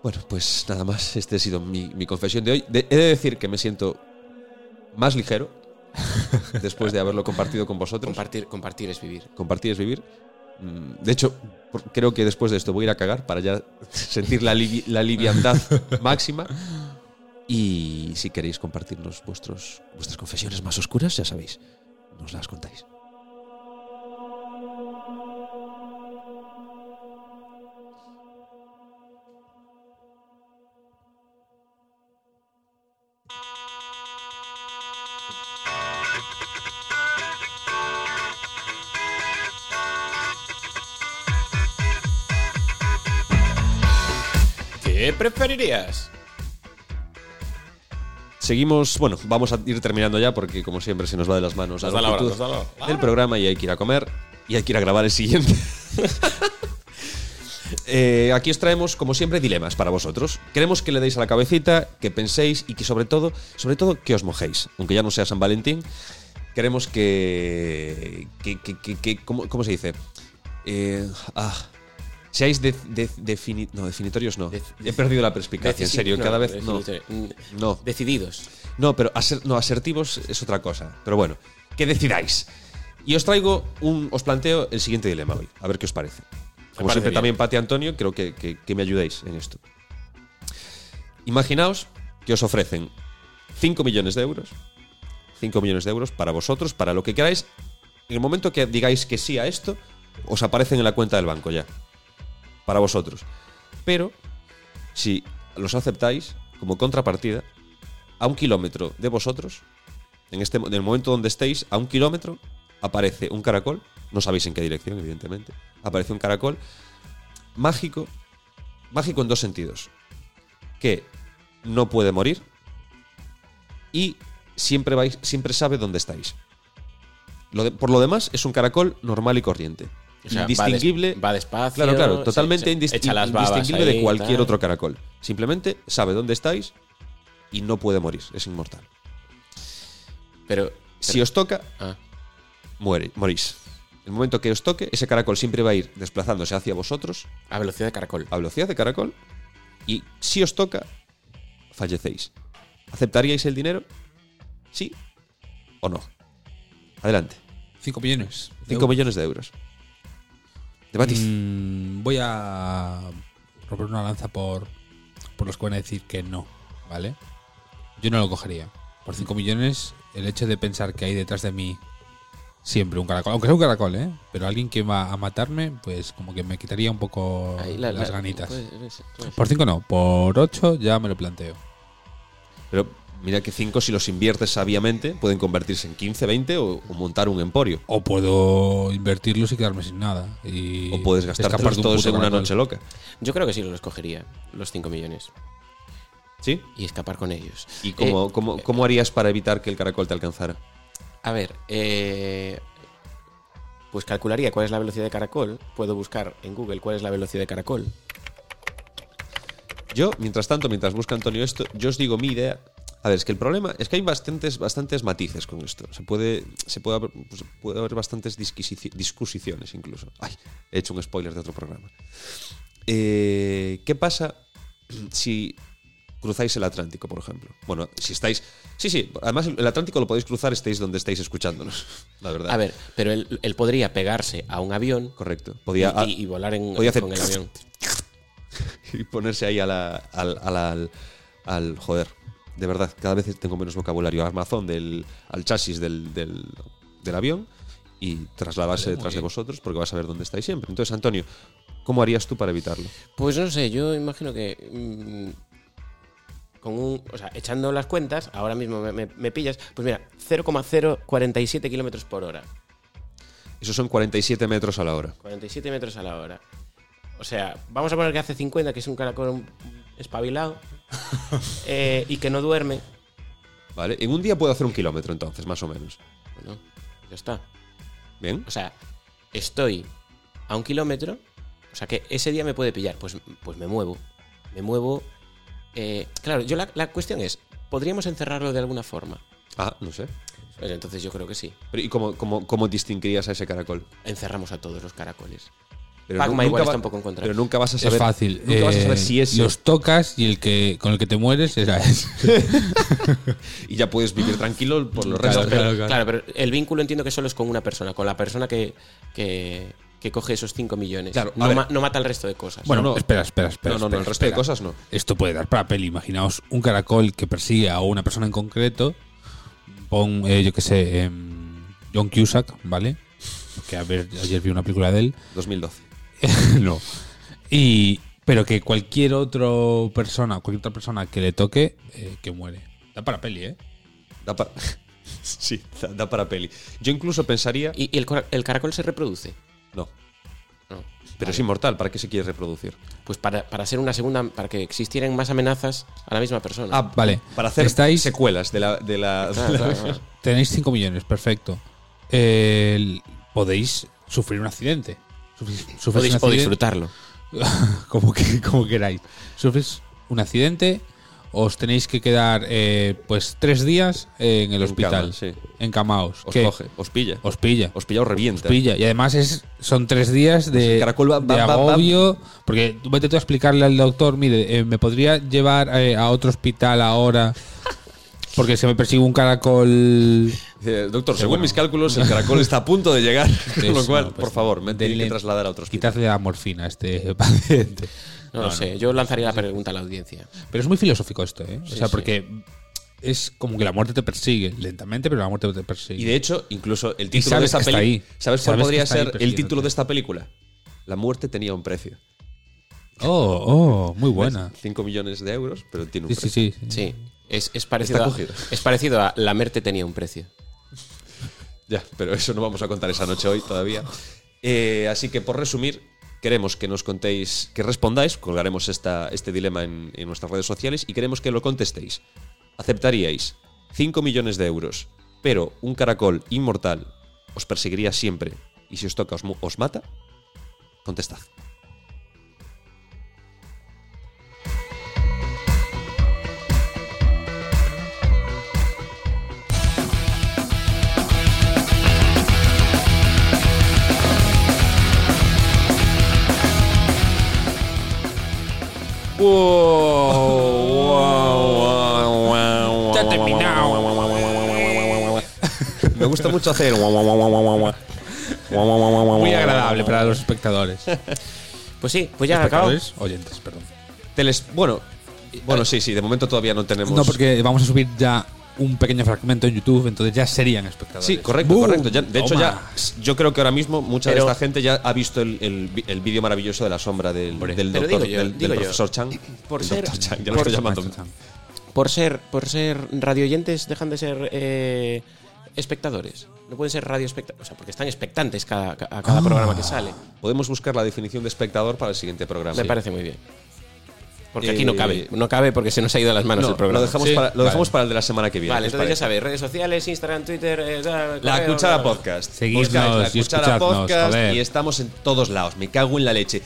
Speaker 3: Bueno, pues nada más, este ha sido mi, mi confesión de hoy. De- he de decir que me siento más ligero después de haberlo compartido con vosotros.
Speaker 5: Compartir, compartir es vivir.
Speaker 3: Compartir es vivir. Mm, De hecho, por- creo que después de esto voy a ir a cagar para ya sentir la, livi- la liviandad máxima. Y si queréis compartirnos vuestros, vuestras confesiones más oscuras, ya sabéis, nos las contáis.
Speaker 5: ¿Qué preferirías?
Speaker 3: Seguimos, bueno, vamos a ir terminando ya porque como siempre se nos va de las manos
Speaker 5: Nos da la hora,
Speaker 3: longitud
Speaker 5: nos da la hora.
Speaker 3: del programa y hay que ir a comer y hay que ir a grabar el siguiente. Eh, aquí os traemos, como siempre, dilemas para vosotros. Queremos que le deis a la cabecita, que penséis y que sobre todo, sobre todo, que os mojéis. Aunque ya no sea San Valentín, queremos que... que, que- que- que- ¿cómo, cómo se dice? Eh, ah, seáis de, de- defini- no, definitorios no.
Speaker 5: De-
Speaker 3: He perdido la perspicacia, en
Speaker 5: Decisi-
Speaker 3: serio.
Speaker 5: no,
Speaker 3: cada vez no.
Speaker 5: definitorio. Mm,
Speaker 3: No.
Speaker 5: Decididos.
Speaker 3: No, pero aser- no, asertivos es otra cosa. Pero bueno, que decidáis. Y os traigo un. Os planteo el siguiente dilema hoy, a ver qué os parece. Como
Speaker 5: parece
Speaker 3: siempre,
Speaker 5: bien.
Speaker 3: también Pati Antonio, creo que, que- que me ayudéis en esto. Imaginaos que os ofrecen 5 millones de euros. 5 millones de euros para vosotros, para lo que queráis. En el momento que digáis que sí a esto, os aparecen en la cuenta del banco ya. Para vosotros. Pero, si los aceptáis, como contrapartida, a un kilómetro de vosotros, en, este, en el momento donde estéis, a un kilómetro, aparece un caracol. No sabéis en qué dirección, evidentemente. Aparece un caracol mágico. Mágico en dos sentidos. Que no puede morir. Y siempre, vais, siempre sabe dónde estáis. Lo de- por lo demás, es un caracol normal y corriente.
Speaker 5: O sea, va des-
Speaker 3: indistinguible.
Speaker 5: Va despacio.
Speaker 3: Claro, claro,
Speaker 5: se-
Speaker 3: totalmente
Speaker 5: se-
Speaker 3: indis-
Speaker 5: echa las babas
Speaker 3: indistinguible
Speaker 5: ahí,
Speaker 3: de cualquier
Speaker 5: tal.
Speaker 3: otro caracol. Simplemente sabe dónde estáis y no puede morir, es inmortal.
Speaker 5: Pero.
Speaker 3: Si os toca,
Speaker 5: Ah.
Speaker 3: muere, morís. El momento que os toque, ese caracol siempre va a ir desplazándose hacia vosotros
Speaker 5: A velocidad de caracol.
Speaker 3: a velocidad de caracol y si os toca, fallecéis. ¿Aceptaríais el dinero? ¿Sí o no? Adelante.
Speaker 4: 5 millones.
Speaker 3: 5 millones de euros. Debatis.
Speaker 4: Mm, voy a romper una lanza por, por los que van a decir que no, ¿vale? Yo no lo cogería. Por 5 millones, el hecho de pensar que hay detrás de mí siempre un caracol, aunque sea un caracol, ¿eh? Pero alguien que va a matarme, pues como que me quitaría un poco
Speaker 5: Ahí la-
Speaker 4: las
Speaker 5: la-
Speaker 4: ganitas.
Speaker 5: pues, pues, pues.
Speaker 4: Por 5 no, por 8 ya me lo planteo.
Speaker 3: Pero mira que 5, si los inviertes sabiamente, pueden convertirse en 15, 20 o, o montar un emporio.
Speaker 4: O puedo invertirlos y quedarme sin nada. Y
Speaker 3: O puedes
Speaker 4: escapar
Speaker 3: gastártelos
Speaker 4: de un
Speaker 3: todos
Speaker 4: puto
Speaker 3: en una
Speaker 4: caracol.
Speaker 3: noche loca.
Speaker 5: Yo creo que sí los cogería, los 5 millones.
Speaker 3: ¿Sí?
Speaker 5: Y escapar con ellos.
Speaker 3: ¿Y cómo,
Speaker 5: Eh,
Speaker 3: cómo- cómo harías para evitar que el caracol te alcanzara?
Speaker 5: A ver, eh, pues calcularía cuál es la velocidad de caracol. Puedo buscar en Google cuál es la velocidad de caracol.
Speaker 3: Yo, mientras tanto, mientras busca Antonio esto, yo os digo mi idea. A ver, es que el problema es que hay bastantes, bastantes matices con esto. Se puede, se puede, haber, pues, puede haber bastantes disquisici- discusiciones incluso. Ay, he hecho un spoiler de otro programa. Eh, ¿Qué pasa si cruzáis el Atlántico, por ejemplo? Bueno, si estáis... Sí, sí, además el Atlántico lo podéis cruzar, estéis donde estáis escuchándonos, la verdad.
Speaker 5: A ver, pero él, él podría pegarse a un avión
Speaker 3: Correcto.
Speaker 5: y,
Speaker 3: Podía,
Speaker 5: y- y volar en,
Speaker 3: podía ah, hacer-
Speaker 5: con el avión.
Speaker 3: y ponerse ahí a la, al, a la- al, al- joder. De verdad, cada vez tengo menos vocabulario. Armazón del, al chasis del, del, del avión y trasladarse detrás de vosotros porque vas a ver dónde estáis siempre. Entonces, Antonio, ¿cómo harías tú para evitarlo?
Speaker 5: Pues no sé, yo imagino que mm, con un, o sea, echando las cuentas, ahora mismo me, me- me pillas, pues mira, 0,047 kilómetros por hora.
Speaker 3: Esos son 47 metros a la hora.
Speaker 5: 47 metros a la hora. O sea, vamos a poner que hace 50, que es un caracol espabilado eh, y que no duerme.
Speaker 3: ¿Vale? En un día puedo hacer un kilómetro, entonces, más o menos.
Speaker 5: Bueno, ya está.
Speaker 3: ¿Bien?
Speaker 5: O sea, estoy a un kilómetro, o sea que ese día me puede pillar. Pues, pues me muevo. Me muevo. eh, claro, yo la, la cuestión es, ¿podríamos encerrarlo de alguna forma?
Speaker 3: Ah, no sé.
Speaker 5: Pues entonces yo creo que sí.
Speaker 3: Pero, ¿Y cómo, cómo, cómo distinguirías a ese caracol?
Speaker 5: Encerramos a todos los caracoles.
Speaker 3: Pero
Speaker 5: Pac-Man
Speaker 3: nu-
Speaker 5: igual
Speaker 3: nunca va-
Speaker 5: está un poco en contra.
Speaker 3: Pero nunca vas a
Speaker 4: Es
Speaker 3: saber.
Speaker 4: fácil.
Speaker 3: Nunca vas a
Speaker 4: eh,
Speaker 3: saber si es.
Speaker 4: Los tocas y el que con el que te mueres esa es.
Speaker 3: Y ya puedes vivir tranquilo por los
Speaker 4: Claro,
Speaker 3: restos.
Speaker 5: Pero,
Speaker 4: claro,
Speaker 5: claro,
Speaker 4: claro.
Speaker 5: pero el vínculo entiendo que solo es con una persona, con la persona que, que, que coge esos 5 millones.
Speaker 3: Claro, a
Speaker 5: no,
Speaker 3: ver.
Speaker 5: ma- no mata al resto de cosas.
Speaker 4: Bueno,
Speaker 3: Pues No, no.
Speaker 4: espera, espera, espera.
Speaker 3: No, no, no,
Speaker 4: espera,
Speaker 3: el resto de
Speaker 4: espera.
Speaker 3: cosas no.
Speaker 4: Esto puede dar para peli. Imaginaos un caracol que persigue a una persona en concreto. Pon, eh, yo qué sé, em, John Cusack, ¿vale? Que a ver, ayer vi una película de él.
Speaker 3: 2012.
Speaker 4: no. Y, pero que cualquier otra persona, cualquier otra persona que le toque, eh, que muere. Da para peli, ¿eh?
Speaker 3: Da para. sí, da, da para peli. Yo incluso pensaría.
Speaker 5: ¿Y, y el, cora- el caracol se reproduce?
Speaker 3: No.
Speaker 5: No.
Speaker 3: Pero es inmortal, ¿para qué se quiere reproducir?
Speaker 5: Pues para, para ser una segunda, para que existieran más amenazas a la misma persona.
Speaker 3: Ah,
Speaker 4: Vale.
Speaker 3: Para hacer
Speaker 4: Estáis- Ah,
Speaker 3: secuelas de la. De la, de
Speaker 5: Claro,
Speaker 3: la-
Speaker 5: claro, claro.
Speaker 4: Tenéis 5 millones, perfecto. El- podéis sufrir un accidente. Sufrís- sufrís
Speaker 5: Podéis-
Speaker 4: un
Speaker 5: o
Speaker 4: accidente-
Speaker 5: disfrutarlo.
Speaker 4: como, que, como queráis. Sufrís un accidente, os tenéis que quedar eh, pues tres días eh, en el
Speaker 3: En
Speaker 4: hospital.
Speaker 3: cama, sí.
Speaker 4: Encamaos.
Speaker 3: Os
Speaker 4: que
Speaker 3: coge, os pilla.
Speaker 4: Os pilla.
Speaker 3: Os pilla Pues o revienta.
Speaker 4: pilla. Y además es, son tres días de,
Speaker 3: El caracol va-
Speaker 4: de
Speaker 3: va- va- va-
Speaker 4: agobio. Porque tú vete tú a explicarle al doctor, mire, eh, me podría llevar eh, a otro hospital ahora porque se me persigue un caracol.
Speaker 3: Dice, Eh, Doctor, según
Speaker 4: bueno.
Speaker 3: mis cálculos, el caracol está a punto de llegar. Con lo
Speaker 4: Es-
Speaker 3: cual,
Speaker 4: no, pues,
Speaker 3: por favor, me tiene que
Speaker 4: denle-
Speaker 3: trasladar a otro hospital.
Speaker 4: Quitadle la morfina a este paciente.
Speaker 5: No, lo sé, yo lanzaría la pregunta a la audiencia.
Speaker 4: Pero es muy filosófico esto, ¿eh? o sea,
Speaker 5: sí.
Speaker 4: porque es como que la muerte te persigue lentamente, pero la muerte te persigue.
Speaker 3: Y de hecho, incluso el título de
Speaker 4: sabes
Speaker 3: esta
Speaker 4: que está
Speaker 3: película.
Speaker 4: ahí.
Speaker 3: ¿Sabes cuál
Speaker 4: Sabes que
Speaker 3: podría
Speaker 4: está ahí
Speaker 3: ser el título
Speaker 4: persiguiéndote.
Speaker 3: de esta película? La muerte tenía un precio.
Speaker 4: Oh, oh, muy buena.
Speaker 3: 5 millones de euros, pero tiene un
Speaker 4: Sí, sí,
Speaker 3: precio.
Speaker 4: sí.
Speaker 5: Sí, es, es parecido
Speaker 3: Mm. Está
Speaker 5: a,
Speaker 3: cogido.
Speaker 5: es parecido a La Merte tenía un precio.
Speaker 3: Ya, pero eso no vamos a contar esa noche hoy todavía. Eh, así que, por resumir, queremos que nos contéis, que respondáis, colgaremos esta, este dilema en, en nuestras redes sociales y queremos que lo contestéis. ¿Aceptaríais 5 millones de euros, pero un caracol inmortal os perseguiría siempre y si os toca os, mu- os mata? Contestad.
Speaker 4: Ya terminado.
Speaker 3: Me gusta mucho hacer.
Speaker 4: Muy
Speaker 3: Muy
Speaker 4: agradable para los espectadores.
Speaker 5: Pues sí, pues ya acabó.
Speaker 4: Espectadores, oyentes, perdón.
Speaker 3: Teles- bueno, bueno, sí, sí, de momento todavía no tenemos.
Speaker 4: No, porque vamos a subir ya un pequeño fragmento en YouTube, entonces ya serían espectadores.
Speaker 3: Sí, correcto,
Speaker 4: ¡Bum!
Speaker 3: correcto. Ya- de hecho,
Speaker 4: Toma.
Speaker 3: ya yo creo que ahora mismo mucha
Speaker 5: Pero-
Speaker 3: de esta gente ya ha visto el, el vi- el vídeo maravilloso de la sombra del, del doctor,
Speaker 5: pero digo yo,
Speaker 3: del, del
Speaker 5: digo yo.
Speaker 3: profesor Chang.
Speaker 5: Por
Speaker 3: El
Speaker 5: ser-
Speaker 3: doctor Chang, ya
Speaker 5: por-
Speaker 3: lo estoy llamando.
Speaker 4: Maestro Chan.
Speaker 5: Por ser, por ser radioyentes dejan de ser eh, espectadores. No pueden ser radioespectadores. O sea, porque están expectantes cada, ca- a cada
Speaker 3: Ah,
Speaker 5: programa que sale.
Speaker 3: Podemos buscar la definición de espectador para el siguiente programa.
Speaker 5: Me parece muy bien. Porque aquí
Speaker 3: Eh,
Speaker 5: no cabe. No cabe porque se nos ha ido a las manos
Speaker 3: No,
Speaker 5: el programa.
Speaker 3: lo dejamos,
Speaker 4: Sí,
Speaker 3: para, lo
Speaker 4: vale.
Speaker 3: dejamos para el de la semana que viene.
Speaker 5: Vale,
Speaker 3: ¿os
Speaker 5: entonces
Speaker 3: parece?
Speaker 5: ya sabéis, redes sociales, Instagram, Twitter... eh, tal,
Speaker 3: La
Speaker 5: correo,
Speaker 3: Cuchara
Speaker 5: bla, bla, bla.
Speaker 3: Podcast.
Speaker 4: Seguidnos
Speaker 3: Buscáis la
Speaker 4: y
Speaker 3: Cuchara
Speaker 4: escuchadnos,
Speaker 3: Podcast
Speaker 4: joder.
Speaker 3: y estamos en todos lados. Me cago en la leche.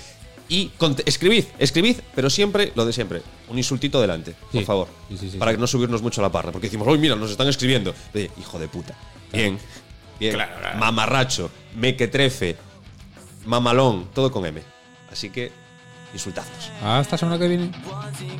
Speaker 3: Y cont- escribid, escribid, pero siempre lo de siempre. Un insultito delante, por
Speaker 4: Sí.
Speaker 3: favor.
Speaker 4: Sí, sí, sí,
Speaker 3: para
Speaker 4: sí.
Speaker 3: no subirnos mucho a la parra. Porque decimos, uy, mira, nos están escribiendo. Oye, hijo de puta. Bien. Bien. Mamarracho, mequetrefe, mamalón, todo con M. Así que, insultadnos.
Speaker 4: Hasta semana que viene.
Speaker 2: Wanting